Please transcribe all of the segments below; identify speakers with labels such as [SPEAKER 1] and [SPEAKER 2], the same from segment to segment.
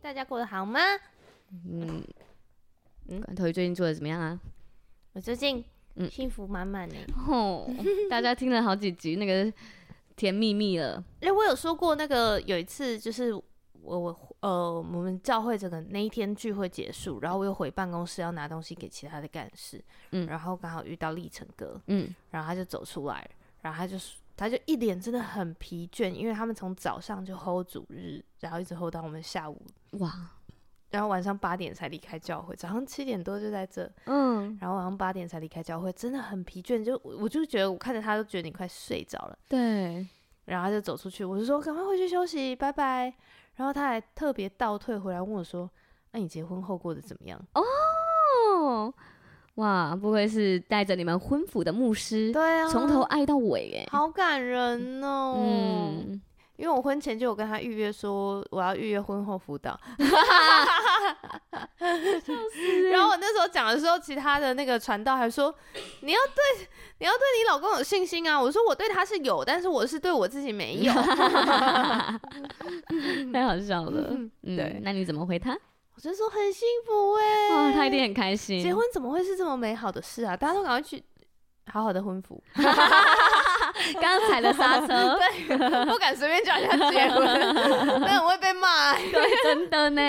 [SPEAKER 1] 大家过得好吗？
[SPEAKER 2] 嗯
[SPEAKER 1] 嗯
[SPEAKER 2] 嗯，关头鱼最近做的怎么样啊？
[SPEAKER 1] 我最近
[SPEAKER 2] 嗯
[SPEAKER 1] 幸福满满呢。
[SPEAKER 2] 哦，大家听了好几集那个甜蜜蜜了，
[SPEAKER 1] 哎、我有说过那个有一次就是我我呃我们教会整个那一天聚会结束，然后我又回办公室要拿东西给其他的干事，
[SPEAKER 2] 嗯
[SPEAKER 1] 然后刚好遇到立成哥，
[SPEAKER 2] 嗯，
[SPEAKER 1] 然后他就走出来，然后他就说他就一脸真的很疲倦，因为他们从早上就 hold 主日，然后一直 hold 到我们下午，
[SPEAKER 2] 哇，
[SPEAKER 1] 然后晚上八点才离开教会，早上七点多就在这，
[SPEAKER 2] 嗯，
[SPEAKER 1] 然后晚上八点才离开教会，真的很疲倦，就我我就觉得我看着他都觉得你快睡着了。
[SPEAKER 2] 对，
[SPEAKER 1] 然后他就走出去，我就说赶快回去休息，拜拜。然后他还特别倒退回来问我说：“那、你结婚后过得怎么样
[SPEAKER 2] 哦，哇，不愧是带着你们婚服的牧？”师，
[SPEAKER 1] 对啊，
[SPEAKER 2] 从头爱到尾，哎，
[SPEAKER 1] 好感人哦。
[SPEAKER 2] 嗯，
[SPEAKER 1] 因为我婚前就有跟他预约说我要预约婚后 辅导， 然后我那时候讲的时候，其他的那个传道还说你要对你要对你老公有信心啊。我说我对他是有，但是我是对我自己没有。
[SPEAKER 2] 太好笑了，嗯，
[SPEAKER 1] 对
[SPEAKER 2] 那你怎么回他？
[SPEAKER 1] 我就说很幸福哎、
[SPEAKER 2] 哇，他一定很开心，
[SPEAKER 1] 结婚怎么会是这么美好的事啊？大家都赶快去好好的婚服，
[SPEAKER 2] 刚踩了刹车，
[SPEAKER 1] 对，不敢随便叫人家结 婚，那很会被骂、
[SPEAKER 2] 对，真的呢，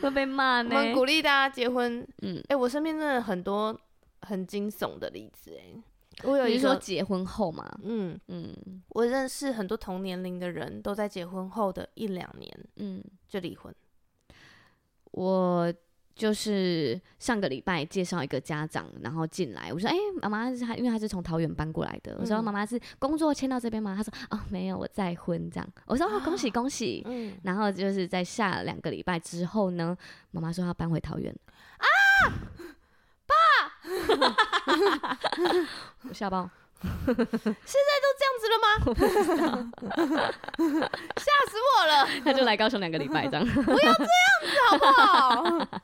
[SPEAKER 2] 会被骂
[SPEAKER 1] 我
[SPEAKER 2] 呢，
[SPEAKER 1] 们鼓励大家结婚，嗯
[SPEAKER 2] 嗯，
[SPEAKER 1] 哎、我身边真的很多很惊悚的例子、哎，我有
[SPEAKER 2] 你
[SPEAKER 1] 一
[SPEAKER 2] 是说
[SPEAKER 1] 个，
[SPEAKER 2] 结婚后嘛？
[SPEAKER 1] 嗯，
[SPEAKER 2] 嗯
[SPEAKER 1] 我认识很多同年龄的人都在结婚后的一两年
[SPEAKER 2] 嗯，
[SPEAKER 1] 就离婚，
[SPEAKER 2] 我就是上个礼拜介绍一个家长，然后进来，我说：“哎、妈妈是她，因为她是从桃园搬过来的。”我说：“
[SPEAKER 1] 嗯
[SPEAKER 2] 妈妈是工作签到这边吗？”她说：“哦，没有，我再婚这样。”我说：“哦，恭喜恭喜。
[SPEAKER 1] 嗯，
[SPEAKER 2] 然后就是在下两个礼拜之后呢，妈妈说她搬回桃园啊， 爸，我吓爆，
[SPEAKER 1] 都这样子了吗？吓死我了，
[SPEAKER 2] 她就来高雄两个礼拜这样。
[SPEAKER 1] 好
[SPEAKER 2] 嗯
[SPEAKER 1] 不好？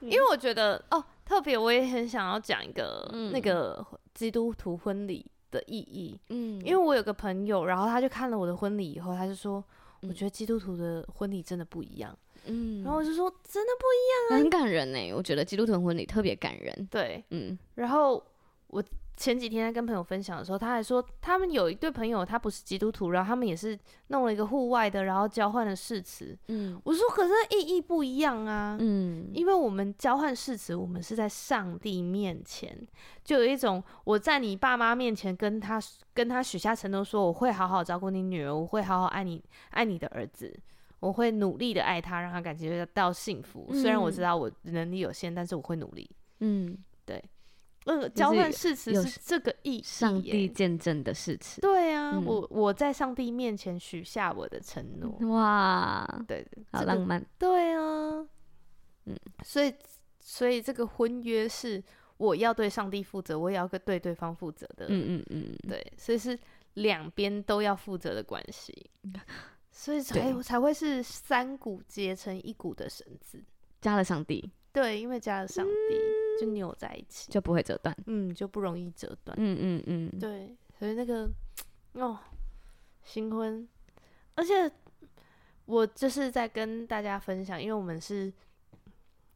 [SPEAKER 1] 因为我觉得哦，特别我也很想要讲一个、
[SPEAKER 2] 嗯
[SPEAKER 1] 那个基督徒婚礼的意义，
[SPEAKER 2] 嗯，
[SPEAKER 1] 因为我有个朋友，然后他就看了我的婚礼以后，他就说。
[SPEAKER 2] 嗯
[SPEAKER 1] 我觉得基督徒的婚礼真的不一样，
[SPEAKER 2] 嗯，
[SPEAKER 1] 然后我就说真的不一
[SPEAKER 2] 很感人呢、我觉得基督徒婚礼特别感人。
[SPEAKER 1] 对。
[SPEAKER 2] 嗯
[SPEAKER 1] 然后我前几天在跟朋友分享的时候，他还说他们有一对朋友，他不是基督徒，然后他们也是弄了一个户外的，然后交换了誓词。
[SPEAKER 2] 嗯
[SPEAKER 1] 我说可是意义不一样啊，
[SPEAKER 2] 嗯，
[SPEAKER 1] 因为我们交换誓词，我们是在上帝面前，就有一种我在你爸妈面前跟他跟他许下承诺，说我会好好照顾你女儿，我会好好爱你爱你的儿子，我会努力的爱他，让他感觉到幸福。虽然我知
[SPEAKER 2] 嗯
[SPEAKER 1] 道我能力有限，但是我会努力。
[SPEAKER 2] 嗯，
[SPEAKER 1] 那个
[SPEAKER 2] 是
[SPEAKER 1] 交换誓词
[SPEAKER 2] 有
[SPEAKER 1] 是这个意义耶，
[SPEAKER 2] 上帝见证的事情。
[SPEAKER 1] 对啊，
[SPEAKER 2] 嗯
[SPEAKER 1] 我我在上帝面前许下我的承诺，
[SPEAKER 2] 哇，
[SPEAKER 1] 对，
[SPEAKER 2] 好
[SPEAKER 1] 这个
[SPEAKER 2] 浪漫。
[SPEAKER 1] 对啊，嗯，所以所以这个婚约是我要对上帝负责，我也要对对方负责的，，
[SPEAKER 2] 嗯嗯嗯，
[SPEAKER 1] 对，所以是两边都要负责的关系，所以才
[SPEAKER 2] 对
[SPEAKER 1] 才会是三股结成一股的绳子，
[SPEAKER 2] 加了上帝
[SPEAKER 1] 对，因为加了上帝、嗯就扭在一起，
[SPEAKER 2] 就不会折断。
[SPEAKER 1] 嗯，就不容易折断，
[SPEAKER 2] 嗯嗯嗯，
[SPEAKER 1] 对，所以那个哦，新婚，而且我就是在跟大家分享，因为我们是，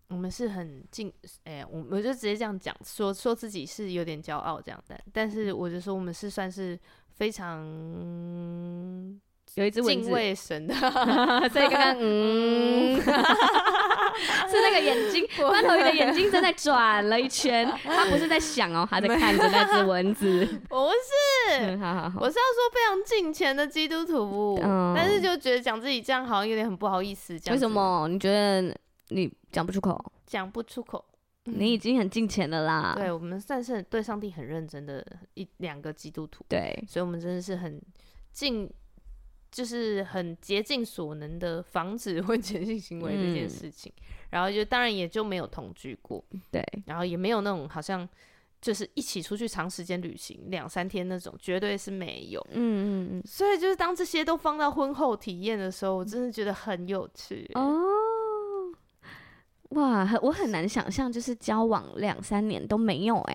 [SPEAKER 1] 我们是很敬，哎、我我就直接这样讲，说说自己是有点骄傲这样，但但是我就说我们是算是非常
[SPEAKER 2] 有一只蚊
[SPEAKER 1] 敬
[SPEAKER 2] 子， 啊
[SPEAKER 1] 畏神的，
[SPEAKER 2] 所以刚 刚嗯， 是那个眼 睛，关头鱼的眼睛正在转了一圈， 他不是在想哦，他在看着那只蚊 子。
[SPEAKER 1] 我是。
[SPEAKER 2] 嗯，好好好，
[SPEAKER 1] 我是要说非常敬虔的基督徒，
[SPEAKER 2] 嗯
[SPEAKER 1] 但是就觉得讲自己这样好像有点很不好意思，这样
[SPEAKER 2] 为什
[SPEAKER 1] 子
[SPEAKER 2] 么你觉得你讲不出口？
[SPEAKER 1] 讲不出口？
[SPEAKER 2] 你已经很近前了啦。
[SPEAKER 1] 对我们算是很对上帝很认真的一两个基督徒，
[SPEAKER 2] 对，
[SPEAKER 1] 所以我们真的是很敬就是很竭尽所能的防止婚前性行为这
[SPEAKER 2] 嗯
[SPEAKER 1] 件事情，然后就当然也就没有同居过，
[SPEAKER 2] 对，
[SPEAKER 1] 然后也没有那种好像就是一起出去长时间旅行两三天那种，绝对是没有。
[SPEAKER 2] 嗯嗯
[SPEAKER 1] 所以就是当这些都放到婚后体验的时候，我真的觉得很有趣、
[SPEAKER 2] 嗯，哦，哇，很我很难想象，就是交往两三年都没有、哎，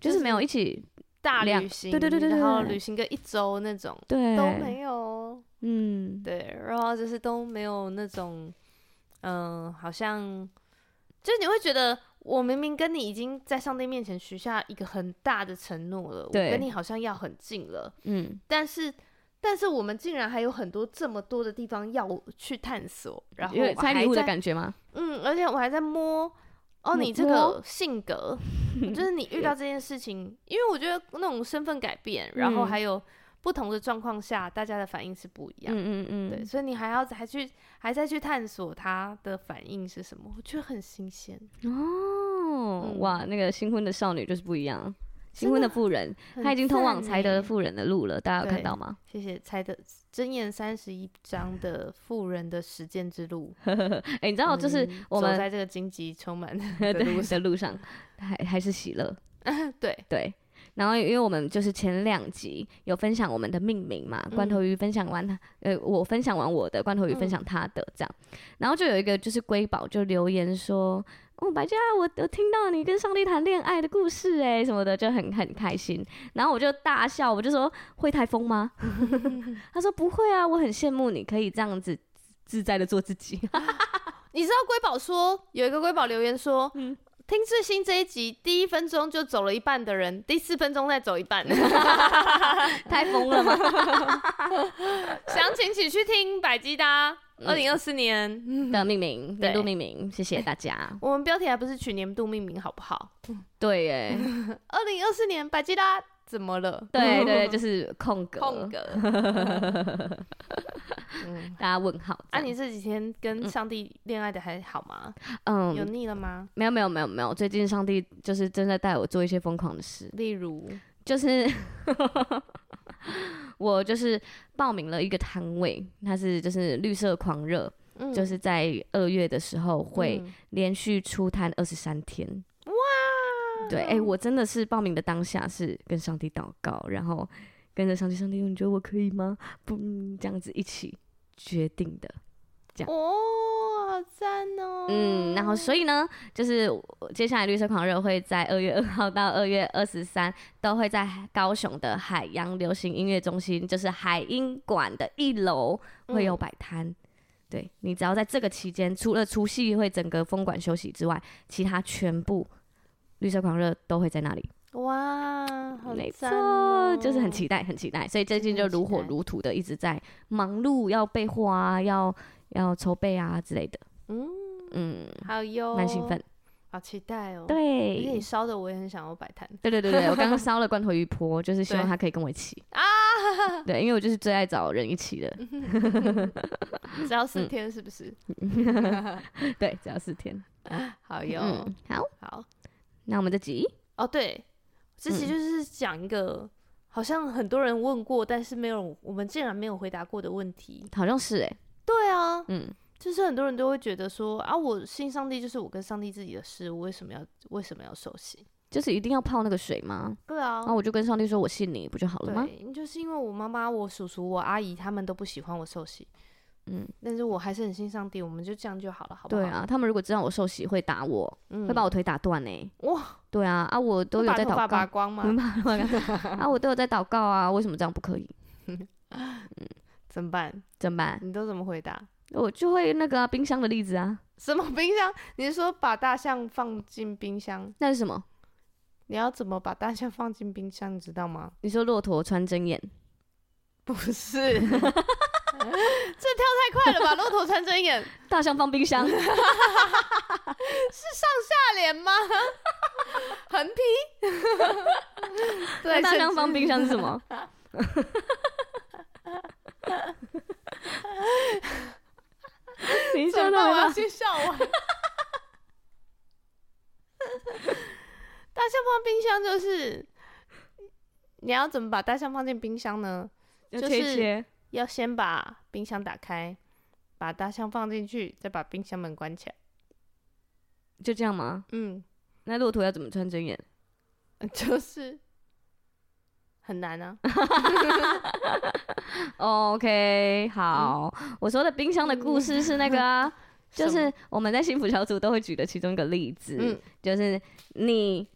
[SPEAKER 2] 就是没有一起，
[SPEAKER 1] 大
[SPEAKER 2] 两
[SPEAKER 1] 旅行，
[SPEAKER 2] 对对对对对
[SPEAKER 1] 然后
[SPEAKER 2] 对
[SPEAKER 1] 旅行个一周那种
[SPEAKER 2] 对，
[SPEAKER 1] 都没有哦，
[SPEAKER 2] 嗯，
[SPEAKER 1] 对，然后就是都没有那种，嗯、好像就是你会觉得。我明明跟你已经在上帝面前许下一个很大的承诺了，我
[SPEAKER 2] 对
[SPEAKER 1] 跟你好像要很近了，
[SPEAKER 2] 嗯，
[SPEAKER 1] 但是，但是我们竟然还有很多这么多的地方要去探索，然后
[SPEAKER 2] 有点
[SPEAKER 1] 我还
[SPEAKER 2] 猜迷糊的
[SPEAKER 1] 在
[SPEAKER 2] 感觉吗？
[SPEAKER 1] 嗯，而且我还在摸。哦，
[SPEAKER 2] 摸
[SPEAKER 1] 你这个性 格，就是你遇到这件事情，因为我觉得那种身份改变，然后
[SPEAKER 2] 嗯
[SPEAKER 1] 还有不同的状况下，大家的反应是不一样。
[SPEAKER 2] 嗯嗯嗯，
[SPEAKER 1] 对，所以你还要还去还再去探索他的反应是什么，我觉得很新鲜，
[SPEAKER 2] 哦，
[SPEAKER 1] 嗯
[SPEAKER 2] 哇，那个新婚的少女就是不一样，新
[SPEAKER 1] 真
[SPEAKER 2] 婚
[SPEAKER 1] 的
[SPEAKER 2] 的妇人，
[SPEAKER 1] 很
[SPEAKER 2] 她已经通往
[SPEAKER 1] 赞
[SPEAKER 2] 才德
[SPEAKER 1] 欸。
[SPEAKER 2] 妇人的路了，大家有看
[SPEAKER 1] 对
[SPEAKER 2] 到吗？
[SPEAKER 1] 谢谢猜的《箴言》三十一章的富人的实践之路。
[SPEAKER 2] 哎、你知道，就是
[SPEAKER 1] 嗯
[SPEAKER 2] 我
[SPEAKER 1] 走
[SPEAKER 2] 们
[SPEAKER 1] 在这个荆棘充满的
[SPEAKER 2] 对
[SPEAKER 1] 路
[SPEAKER 2] 的路上，还还是喜乐，
[SPEAKER 1] 上，对，
[SPEAKER 2] 对。然后，因为我们就是前两集有分享我们的命名嘛，
[SPEAKER 1] 嗯
[SPEAKER 2] 罐头鱼分享完他，呃，我分享完我的，罐头鱼分享他的这样。然后就有一个就是瑰宝就留言说：“哦，白嘉，我我听到你跟上帝谈恋爱的故事哎，什么的，就很很开心。”然后我就大笑，我就说：“会台风吗？” 他说：“不会啊，我很羡慕你可以这样子自在的做自己。
[SPEAKER 1] 你知道瑰宝说有一个瑰宝留言说，
[SPEAKER 2] 嗯
[SPEAKER 1] 听最新这一集第一分钟就走了一半的人，第四分钟再走一 半，
[SPEAKER 2] 太疯了 吗？
[SPEAKER 1] 详情请去听百基达
[SPEAKER 2] 嗯
[SPEAKER 1] 二零二四年。
[SPEAKER 2] 的命名，
[SPEAKER 1] 对
[SPEAKER 2] 年度命名，谢谢大家。
[SPEAKER 1] 我们标题还不是取年度命名好不好？
[SPEAKER 2] 对耶，
[SPEAKER 1] 二零二四年百基达怎么了？
[SPEAKER 2] 对对，就是空格，
[SPEAKER 1] 空格。 嗯，
[SPEAKER 2] 大家问号这
[SPEAKER 1] 啊，
[SPEAKER 2] 样。
[SPEAKER 1] 你这几天跟上帝恋爱的还好吗？有
[SPEAKER 2] 嗯，
[SPEAKER 1] 腻了吗？
[SPEAKER 2] 没有没有没有没有，最近上帝就是正在带我做一些疯狂的事，
[SPEAKER 1] 例如，
[SPEAKER 2] 就是 我就是报名了一个摊位，它是就是绿色狂热，
[SPEAKER 1] 嗯
[SPEAKER 2] 就是在二月的时候会
[SPEAKER 1] 嗯
[SPEAKER 2] 连续出摊二十三天。哇！对，哎、我真的是报名的当下是跟上帝祷告，然后跟着上帝，上帝，你觉得我可以吗？不，嗯这样子一起决定的。
[SPEAKER 1] 哦，好赞哦。
[SPEAKER 2] 嗯，然后所以呢，就是我接下来绿色狂热会在二月二号到二月二十三都会在高雄的海洋流行音乐中心，就是海音馆的一楼会有
[SPEAKER 1] 嗯
[SPEAKER 2] 摆摊。对你只要在这个期间，除了除夕会整个封馆休息之外，其他全部绿色狂热都会在那里。
[SPEAKER 1] 哇，好
[SPEAKER 2] 没错
[SPEAKER 1] 赞哦，
[SPEAKER 2] 就是很期待，很期待。所以最近就
[SPEAKER 1] 真的很
[SPEAKER 2] 如火
[SPEAKER 1] 期待
[SPEAKER 2] 如荼的一直在忙碌，要备货啊，要要筹备啊之类的。
[SPEAKER 1] 嗯，哦
[SPEAKER 2] 嗯，
[SPEAKER 1] 好哟，
[SPEAKER 2] 蛮兴奋，。
[SPEAKER 1] 好期待哦。，而且
[SPEAKER 2] 对
[SPEAKER 1] 你，烧的我也很想要摆 摊
[SPEAKER 2] 对对对对，我刚 刚烧了罐头鱼婆，就是希望他可以跟我一起啊。 对，因为我就是最爱找人一起的。
[SPEAKER 1] 嗯只要四天是不是？
[SPEAKER 2] 对，只要四天。
[SPEAKER 1] 好哟，
[SPEAKER 2] 嗯，好，
[SPEAKER 1] 好
[SPEAKER 2] 那我们这集
[SPEAKER 1] 哦，对，这期
[SPEAKER 2] 嗯
[SPEAKER 1] 就是讲一个。好像很多人问过，但是没有我们竟然没有回答过的问题。
[SPEAKER 2] 好像是哎、
[SPEAKER 1] 对啊，
[SPEAKER 2] 嗯，
[SPEAKER 1] 就是很多人都会觉得说啊，我信上帝就是我跟上帝自己的事，我为什么要为什么要受洗？
[SPEAKER 2] 就是一定要泡那个水吗？
[SPEAKER 1] 对啊
[SPEAKER 2] 然，后我就跟上帝哦说，我信你不就好了吗？
[SPEAKER 1] 对，就是因为我妈妈、我叔叔、我阿姨他们都不喜欢我受洗，
[SPEAKER 2] 嗯，
[SPEAKER 1] 但是我还是很信上帝，我们就这样就好了，好不好？
[SPEAKER 2] 对，啊，他们如果知道我受洗会打我，
[SPEAKER 1] 嗯
[SPEAKER 2] 会把我腿打断呢、欸
[SPEAKER 1] 哇，
[SPEAKER 2] 对啊，啊，我都
[SPEAKER 1] 会
[SPEAKER 2] 有
[SPEAKER 1] 把
[SPEAKER 2] 在
[SPEAKER 1] 头
[SPEAKER 2] 祷
[SPEAKER 1] 发拔
[SPEAKER 2] 告，嗯
[SPEAKER 1] 光吗？
[SPEAKER 2] 啊，我都有在祷告啊，为什么这样不可以？
[SPEAKER 1] 怎么办？
[SPEAKER 2] 怎么办？
[SPEAKER 1] 你都怎么回答？
[SPEAKER 2] 我就会那个啊、冰箱的例子啊，
[SPEAKER 1] 什么冰箱？你是说把大象放进冰箱？
[SPEAKER 2] 那是什么？
[SPEAKER 1] 你要怎么把大象放进冰箱？你知道吗？
[SPEAKER 2] 你说骆驼穿针眼，
[SPEAKER 1] 不 是，这跳太快了吧！骆驼穿针眼，
[SPEAKER 2] 大象放冰箱，
[SPEAKER 1] 大脸吗？ 横批， 对，
[SPEAKER 2] 那大
[SPEAKER 1] 甚
[SPEAKER 2] 象
[SPEAKER 1] 至
[SPEAKER 2] 放冰箱是什 么？你
[SPEAKER 1] 怎
[SPEAKER 2] 说
[SPEAKER 1] 么
[SPEAKER 2] 的
[SPEAKER 1] 办？我
[SPEAKER 2] 好
[SPEAKER 1] 要
[SPEAKER 2] 吧
[SPEAKER 1] 先笑完。大象放冰箱就是，你要怎么把大象放进冰箱呢？
[SPEAKER 2] 要
[SPEAKER 1] 就
[SPEAKER 2] 切一
[SPEAKER 1] 是
[SPEAKER 2] 切
[SPEAKER 1] 要先把冰箱打开，把大象放进去，再把冰箱门关起来。
[SPEAKER 2] 就这样吗？
[SPEAKER 1] 嗯，
[SPEAKER 2] 那骆驼要怎么穿针眼？
[SPEAKER 1] 就是很难 啊。
[SPEAKER 2] 哦 OK，好，我说的冰箱的故事是那个啊、 就
[SPEAKER 1] 什
[SPEAKER 2] 是
[SPEAKER 1] 么
[SPEAKER 2] 我们在幸福小组都会举的其中一个例子，
[SPEAKER 1] 嗯
[SPEAKER 2] 就是你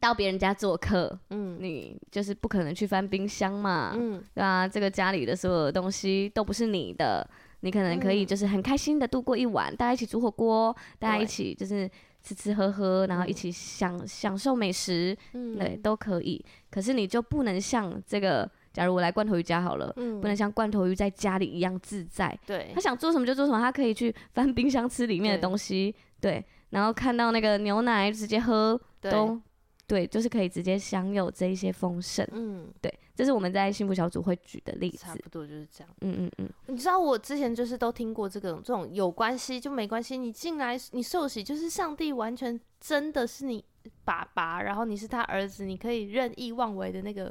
[SPEAKER 2] 到别人家做客，
[SPEAKER 1] 嗯
[SPEAKER 2] 你就是不可能去翻冰箱嘛，
[SPEAKER 1] 嗯
[SPEAKER 2] 对啊，这个家里的所有的东西都不是你的，你可能可以
[SPEAKER 1] 嗯
[SPEAKER 2] 就是很开心的度过一晚，大家一起煮火锅，大家一
[SPEAKER 1] 对
[SPEAKER 2] 起就是吃吃喝喝，然后一
[SPEAKER 1] 嗯
[SPEAKER 2] 起享、享受美食，
[SPEAKER 1] 嗯，
[SPEAKER 2] 对，都可以。可是你就不能像这个，假如我来罐头鱼家好了，
[SPEAKER 1] 嗯
[SPEAKER 2] 不能像罐头鱼在家里一样自在，
[SPEAKER 1] 对
[SPEAKER 2] 他，想做什么就做什么，他可以去翻冰箱吃里面的
[SPEAKER 1] 对
[SPEAKER 2] 东西，对，然后看到那个牛奶直接喝，
[SPEAKER 1] 对
[SPEAKER 2] 都对，就是可以直接享有这一些丰盛，
[SPEAKER 1] 嗯，
[SPEAKER 2] 对，这是我们在幸福小组会举的例
[SPEAKER 1] 差
[SPEAKER 2] 子，
[SPEAKER 1] 不多就是这样。
[SPEAKER 2] 嗯嗯嗯，
[SPEAKER 1] 你知道我之前就是都听过这种这种有关系就没关系，你进来你受洗就是上帝完全真的是你爸爸，然后你是他儿子，你可以任意妄为的那个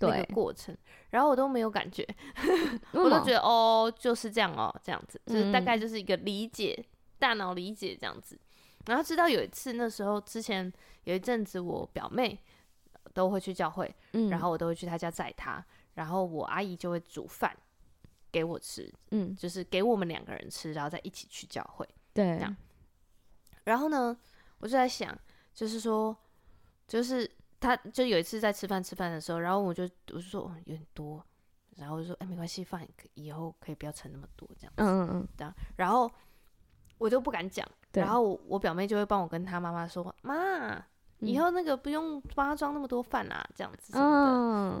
[SPEAKER 1] 那
[SPEAKER 2] 对
[SPEAKER 1] 个，过程，然后我都没有感觉，
[SPEAKER 2] 为
[SPEAKER 1] 我
[SPEAKER 2] 什
[SPEAKER 1] 都
[SPEAKER 2] 么
[SPEAKER 1] 觉得哦就是这样哦这样子，就是大
[SPEAKER 2] 嗯
[SPEAKER 1] 概就是一个理解、大脑理解这样子，然后直到有一次那时候之前有一阵子我表妹都会去教会，
[SPEAKER 2] 嗯
[SPEAKER 1] 然后我都会去她家载她，然后我阿姨就会煮饭给我吃，
[SPEAKER 2] 嗯
[SPEAKER 1] 就是给我们两个人吃，然后再一起去教会。
[SPEAKER 2] 对
[SPEAKER 1] 样然后呢，我就在想，就是说，就是他就有一次在吃饭吃饭的时候，然后我就我就说、哦、有点多，然后我就说哎没关系，饭可以后可以不要盛那么多这样子。
[SPEAKER 2] 嗯嗯嗯，
[SPEAKER 1] 这样，然后我就不敢讲，
[SPEAKER 2] 对
[SPEAKER 1] 然后我我表妹就会帮我跟她妈妈说，妈，以
[SPEAKER 2] 嗯
[SPEAKER 1] 后那个不用帮她装那么多饭啦、这样子什么的。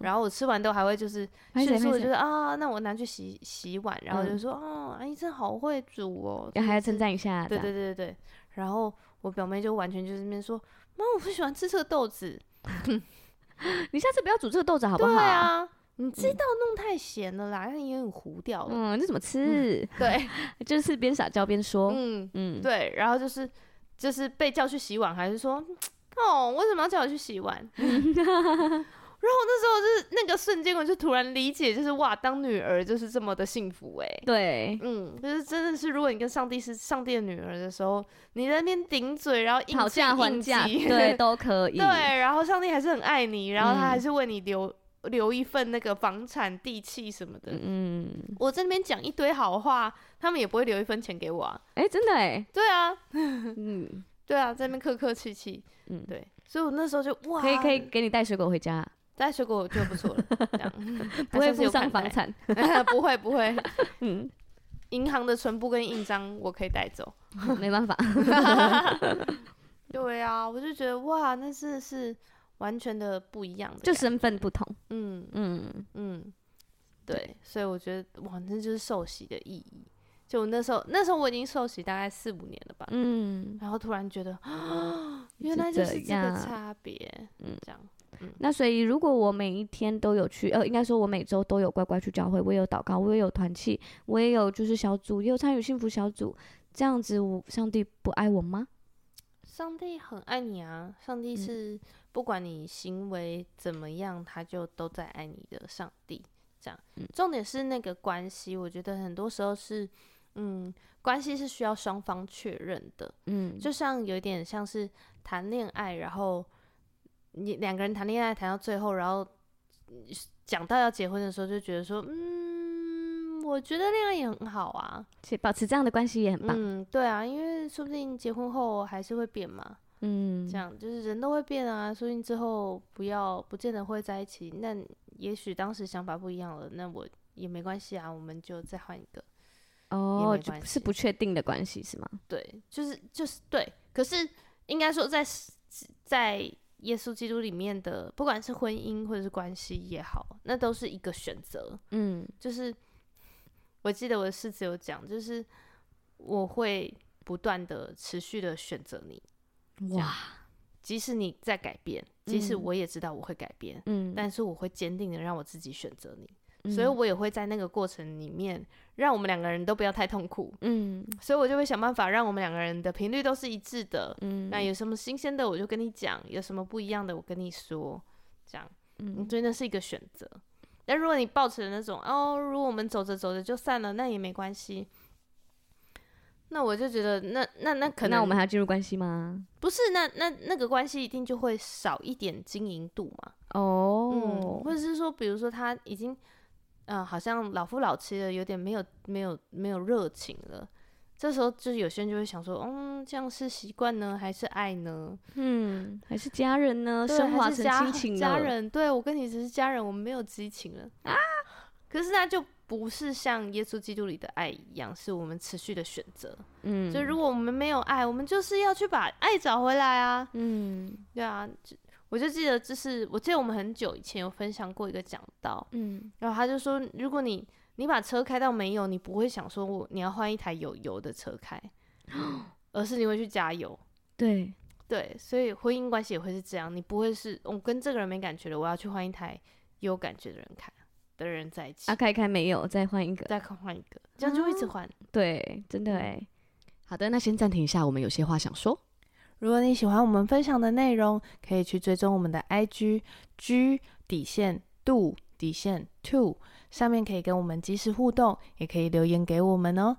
[SPEAKER 2] 嗯，
[SPEAKER 1] 然后我吃完都还会就是
[SPEAKER 2] 拍谁
[SPEAKER 1] 迅速
[SPEAKER 2] 拍
[SPEAKER 1] 的就
[SPEAKER 2] 谁
[SPEAKER 1] 是啊，那我拿去洗洗碗，然后
[SPEAKER 2] 嗯
[SPEAKER 1] 就说、哦，阿姨真好会煮哦，
[SPEAKER 2] 要哎还要称
[SPEAKER 1] 真的是
[SPEAKER 2] 赞一下，啊
[SPEAKER 1] 对
[SPEAKER 2] 这
[SPEAKER 1] 对
[SPEAKER 2] 样，
[SPEAKER 1] 对对对。然后我表妹就完全就是那边说，妈，我不喜欢吃这个豆子，
[SPEAKER 2] 你下次不要煮这个豆子好不好？嗯
[SPEAKER 1] 对，啊，你这一道弄太咸了啦，那也很糊掉了。
[SPEAKER 2] 嗯，这怎么吃？
[SPEAKER 1] 对，
[SPEAKER 2] 就是边撒娇边说，
[SPEAKER 1] 嗯，
[SPEAKER 2] 嗯，
[SPEAKER 1] 对，然后就是就是被叫去洗碗，还是说，哦，为什么要叫我去洗碗？ 然后我那时候就是那个瞬间，我就突然理解，就是哇，当女儿就是这么的幸福哎、
[SPEAKER 2] 对，
[SPEAKER 1] 嗯，就是真的是，如果你跟上帝是上帝的女儿的时候，你在那边顶嘴，然后硬
[SPEAKER 2] 讨
[SPEAKER 1] 气
[SPEAKER 2] 价还
[SPEAKER 1] 硬
[SPEAKER 2] 价，
[SPEAKER 1] 挤
[SPEAKER 2] 对，都可以，
[SPEAKER 1] 对，然后上帝还是很爱你，然后他还
[SPEAKER 2] 嗯
[SPEAKER 1] 是为你留、留一份那个房产、地契什么的。
[SPEAKER 2] 嗯，
[SPEAKER 1] 我这边讲一堆好话，他们也不会留一分钱给我啊。
[SPEAKER 2] 哎、真的 哎，
[SPEAKER 1] 对啊，
[SPEAKER 2] 嗯，
[SPEAKER 1] 对啊，在那边客客气气，
[SPEAKER 2] 嗯
[SPEAKER 1] 对，所以我那时候就哇，
[SPEAKER 2] 可以可以，给你带水果回家，
[SPEAKER 1] 带水果就 不错了，这样
[SPEAKER 2] 不会
[SPEAKER 1] 还算是
[SPEAKER 2] 附
[SPEAKER 1] 有欸
[SPEAKER 2] 上
[SPEAKER 1] 看
[SPEAKER 2] 房
[SPEAKER 1] 待，
[SPEAKER 2] 产，
[SPEAKER 1] 不会不会，
[SPEAKER 2] 嗯，
[SPEAKER 1] 银行的存部跟印章我可以带走。
[SPEAKER 2] 没办法，
[SPEAKER 1] 对啊，我就觉得哇，那真的是完全的不一样的感觉，
[SPEAKER 2] 就身份不同，
[SPEAKER 1] 嗯
[SPEAKER 2] 嗯，
[SPEAKER 1] 嗯，对，所以我觉得哇，那就是受洗的意义。就我那时候，那时候我已经受洗大概四五年了吧，
[SPEAKER 2] 嗯，
[SPEAKER 1] 然后突然觉得 啊，
[SPEAKER 2] 是
[SPEAKER 1] 原来就是
[SPEAKER 2] 这
[SPEAKER 1] 这个
[SPEAKER 2] 样
[SPEAKER 1] 差别，
[SPEAKER 2] 嗯
[SPEAKER 1] 嗯，这样，
[SPEAKER 2] 那所以如果我每一天都有去，呃，应该说我每周都有乖乖去教会，我也有祷告，我也有团契，我也有就是小组，也有参与幸福小组，这样子我上帝不爱我吗？
[SPEAKER 1] 上帝很爱你啊，上帝
[SPEAKER 2] 嗯
[SPEAKER 1] 是不管你行为怎么样，他就都在爱你的上帝。这样，
[SPEAKER 2] 嗯
[SPEAKER 1] 重点是那个关系，我觉得很多时候是，嗯，关系是需要双方确认的，
[SPEAKER 2] 嗯，
[SPEAKER 1] 就像有点像是谈恋爱，然后你两个人谈恋爱谈到最后，然后嗯讲到要结婚的时候，就觉得说，嗯，我觉得恋爱也很好啊，
[SPEAKER 2] 且保持这样的关系也很棒，
[SPEAKER 1] 嗯，对啊，因为说不定结婚后还是会变嘛，
[SPEAKER 2] 嗯，
[SPEAKER 1] 这样就是人都会变啊，所以你之后不要不见得会在一起。那也许当时想法不一样了，那我也没关系啊，我们就再换一个。
[SPEAKER 2] 哦，
[SPEAKER 1] 没
[SPEAKER 2] 就
[SPEAKER 1] 关
[SPEAKER 2] 是
[SPEAKER 1] 系
[SPEAKER 2] 不确定的关系是吗？
[SPEAKER 1] 对，就是就是对。可是应该说在，在耶稣基督里面的，不管是婚姻或者是关系也好，那都是一个选择。
[SPEAKER 2] 嗯，
[SPEAKER 1] 就是我记得我的师子有讲，就是我会不断的持续的选择你，
[SPEAKER 2] 哇，
[SPEAKER 1] 即使你在改变，即使
[SPEAKER 2] 嗯
[SPEAKER 1] 我也知道我会改变。
[SPEAKER 2] 嗯，
[SPEAKER 1] 但是我会坚定的让我自己选择你，
[SPEAKER 2] 嗯
[SPEAKER 1] 所以我也会在那个过程里面，让我们两个人都不要太痛苦，
[SPEAKER 2] 嗯
[SPEAKER 1] 所以我就会想办法让我们两个人的频率都是一致的。
[SPEAKER 2] 嗯，
[SPEAKER 1] 那有什么新鲜的我就跟你讲，有什么不一样的我跟你说，这样，
[SPEAKER 2] 嗯
[SPEAKER 1] 所以那是一个选择。但如果你抱持那种哦，如果我们走着走着就散了，那也没关系。那我就觉得那那那可能
[SPEAKER 2] 那我们还要进入关系吗？
[SPEAKER 1] 不是那那那个关系一定就会少一点经营度嘛。
[SPEAKER 2] 哦
[SPEAKER 1] 嗯，，或者是说，比如说他已经，呃，好像老夫老妻了，有点没有没有没有热情了。这时候就是有些人就会想说，嗯，这样是习惯呢，还是爱呢？
[SPEAKER 2] 嗯，还是家人呢，
[SPEAKER 1] 对
[SPEAKER 2] 升华
[SPEAKER 1] 还是
[SPEAKER 2] 成
[SPEAKER 1] 家
[SPEAKER 2] 亲情
[SPEAKER 1] 家
[SPEAKER 2] 了
[SPEAKER 1] 人，对我跟你只是家人，我们没有激情了啊。可是那就不是像耶稣基督里的爱一样，是我们持续的选择。
[SPEAKER 2] 嗯，
[SPEAKER 1] 就如果我们没有爱，我们就是要去把爱找回来啊。
[SPEAKER 2] 嗯
[SPEAKER 1] 对啊，就我就记得，就是我记得我们很久以前有分享过一个讲道，
[SPEAKER 2] 嗯
[SPEAKER 1] 然后他就说，如果你你把车开到没油，你不会想说我你要换一台有油的车开， 而是你会去加油。
[SPEAKER 2] 对，
[SPEAKER 1] 对，所以婚姻关系也会是这样，你不会是我、跟这个人没感觉了，我要去换一台有感觉的人开的人在一起，
[SPEAKER 2] 啊，开开没有，再换一个。
[SPEAKER 1] 再换一个，这样就会一直换。
[SPEAKER 2] 对，真的哎。好的，那先暂停一下，我们有些话想说。
[SPEAKER 1] 如果你喜欢我们分享的内容，可以去追踪我们的 IG G 底线 do 底线 two，上面可以跟我们及时互动，也可以留言给我们哦。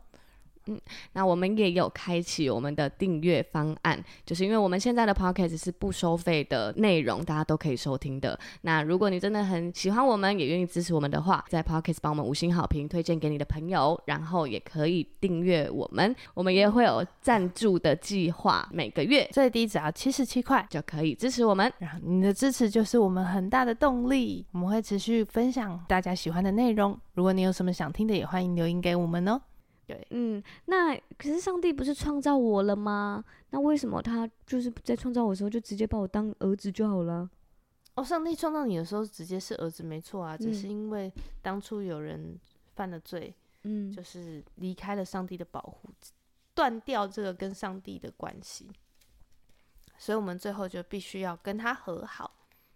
[SPEAKER 2] 那我们也有开启我们的订阅方案，就是因为我们现在的 podcast 是不收费的内容，大家都可以收听的。那如果你真的很喜欢我们，也愿意支持我们的话，在 podcast 帮我们五星好评，推荐给你的朋友，然后也可以订阅我们。我们也会有赞助的计划，每个月
[SPEAKER 1] 最低只要七十七块，
[SPEAKER 2] 就可以支持我们。
[SPEAKER 1] 然后你的支持就是我们很大的动力，我们会持续分享大家喜欢的内容。如果你有什么想听的，也欢迎留言给我们哦。
[SPEAKER 2] 嗯，那可是上帝不是创造我了吗？那为什么他就是在创造我的时候就直接把我当儿子就好了？
[SPEAKER 1] 哦，上帝创造你的时候，直接是儿子没错啊，只
[SPEAKER 2] 嗯
[SPEAKER 1] 是因为当初有人犯了罪，
[SPEAKER 2] 嗯，
[SPEAKER 1] 就是离开了上帝的保护，断掉这个跟上帝的关系，所以我们最后就必须要跟他和好，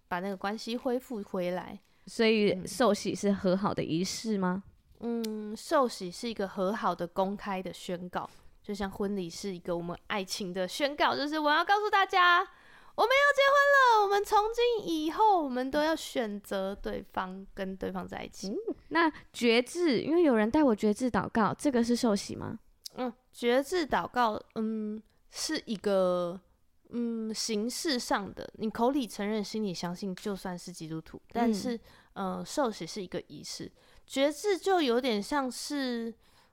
[SPEAKER 1] 把那个关系恢复回来。
[SPEAKER 2] 所以
[SPEAKER 1] 嗯
[SPEAKER 2] 受洗是和好的仪式吗？
[SPEAKER 1] 嗯，受洗是一个和好的、公开的宣告，就像婚礼是一个我们爱情的宣告，就是我要告诉大家，我们要结婚了，我们从今以后我们都要选择对方，跟对方在一起。
[SPEAKER 2] 那觉志，因为有人带我觉志祷告，这个是受洗吗？
[SPEAKER 1] 嗯，觉志祷告，嗯，是一个嗯形式上的，你口里承认，心里相信，就算是基督徒，但
[SPEAKER 2] 嗯
[SPEAKER 1] 是、呃，受洗是一个仪式，觉志就有点像是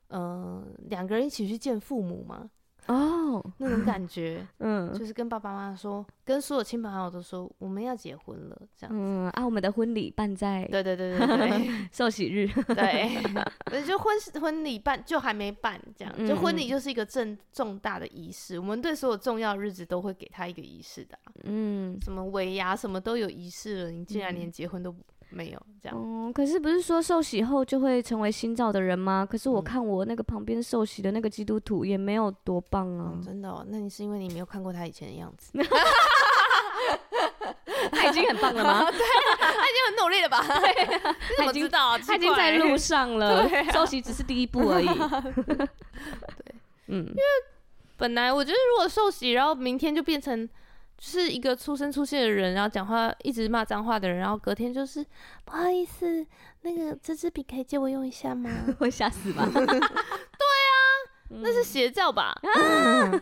[SPEAKER 1] 呃两个人一起去见父母嘛
[SPEAKER 2] 哦，
[SPEAKER 1] 那种 感觉，
[SPEAKER 2] 嗯
[SPEAKER 1] 就是跟爸爸妈妈说，跟所有亲朋好友都说我们要结婚了，这样。
[SPEAKER 2] 嗯啊，我们的婚礼办在
[SPEAKER 1] 对对对对对，
[SPEAKER 2] 受洗日，
[SPEAKER 1] 对， 所以就婚事婚礼办就还没办，这样就婚礼
[SPEAKER 2] 嗯嗯
[SPEAKER 1] 就是一个正重大的仪式。我们对所有重要日子都会给他一个仪式的啊、
[SPEAKER 2] 嗯。
[SPEAKER 1] 什么尾牙什么都有仪式了，你竟然
[SPEAKER 2] 嗯
[SPEAKER 1] 连结婚都不没有，这样、
[SPEAKER 2] 哦，可是不是说受洗后就会成为新造的人吗？可是我
[SPEAKER 1] 嗯
[SPEAKER 2] 看我那个旁边受洗的那个基督徒也没有多棒啊
[SPEAKER 1] 哦，真的哦？那你是因为你没有看过他以前的样 子，
[SPEAKER 2] 他已经很棒了吗？
[SPEAKER 1] 他已经很努力了吧？ 你怎
[SPEAKER 2] 他
[SPEAKER 1] 么
[SPEAKER 2] 已经
[SPEAKER 1] 知道啊？
[SPEAKER 2] 他已
[SPEAKER 1] 奇
[SPEAKER 2] 经在
[SPEAKER 1] 怪
[SPEAKER 2] 路上了，
[SPEAKER 1] 对啊
[SPEAKER 2] 收集只是第一步 而已。嗯，
[SPEAKER 1] 本来我觉得如果受洗，然后明天就变成就是一个出生出现的人，然后讲话一直骂脏话的人，然后隔天就是不好意思，那个这支笔可以借我用一下吗？
[SPEAKER 2] 会吓死 吧？
[SPEAKER 1] 啊 那是邪教吧？
[SPEAKER 2] 嗯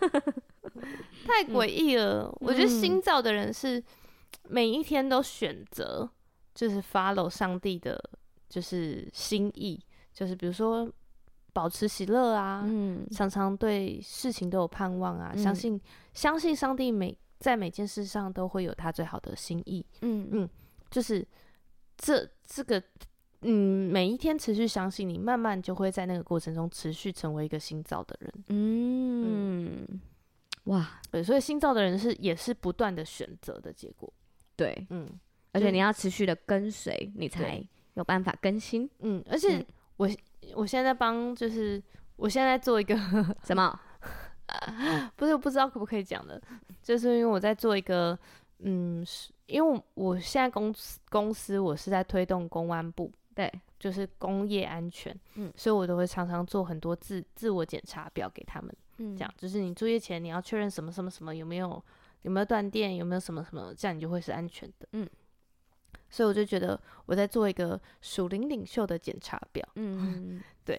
[SPEAKER 1] 太诡异了！我觉得新造的人是每一天都选择，就是 follow 上帝的，就是心意，就是比如说保持喜乐啊，
[SPEAKER 2] 嗯
[SPEAKER 1] 常常对事情都有盼望啊，
[SPEAKER 2] 嗯
[SPEAKER 1] 相信相信上帝每在每件事上都会有他最好的心意，
[SPEAKER 2] 嗯
[SPEAKER 1] 就是这这个。嗯，每一天持续相信你，慢慢就会在那个过程中持续成为一个新造的人。
[SPEAKER 2] 嗯，哇，
[SPEAKER 1] 对，所以新造的人是也是不断的选择的结果。
[SPEAKER 2] 对，
[SPEAKER 1] 嗯
[SPEAKER 2] 而
[SPEAKER 1] 就
[SPEAKER 2] 且你要持续的跟随，你才
[SPEAKER 1] 对
[SPEAKER 2] 有办法更新。
[SPEAKER 1] 嗯，而且
[SPEAKER 2] 嗯
[SPEAKER 1] 我、我现在在帮，就是我现在在做一个，
[SPEAKER 2] 什么？
[SPEAKER 1] 不是我不知道可不可以讲的，就是因为我在做一个，嗯，是因为我我现在公司公司我是在推动公安部，
[SPEAKER 2] 对，
[SPEAKER 1] 就是工业安全，
[SPEAKER 2] 嗯
[SPEAKER 1] 所以我都会常常做很多自自我检查表给他们，
[SPEAKER 2] 嗯
[SPEAKER 1] 这样就是你作业前你要确认什么什么什么有没有有没有断电，有没有什么什么，这样你就会是安全的。
[SPEAKER 2] 嗯，
[SPEAKER 1] 所以我就觉得我在做一个属灵领袖的检查表，
[SPEAKER 2] 嗯，嗯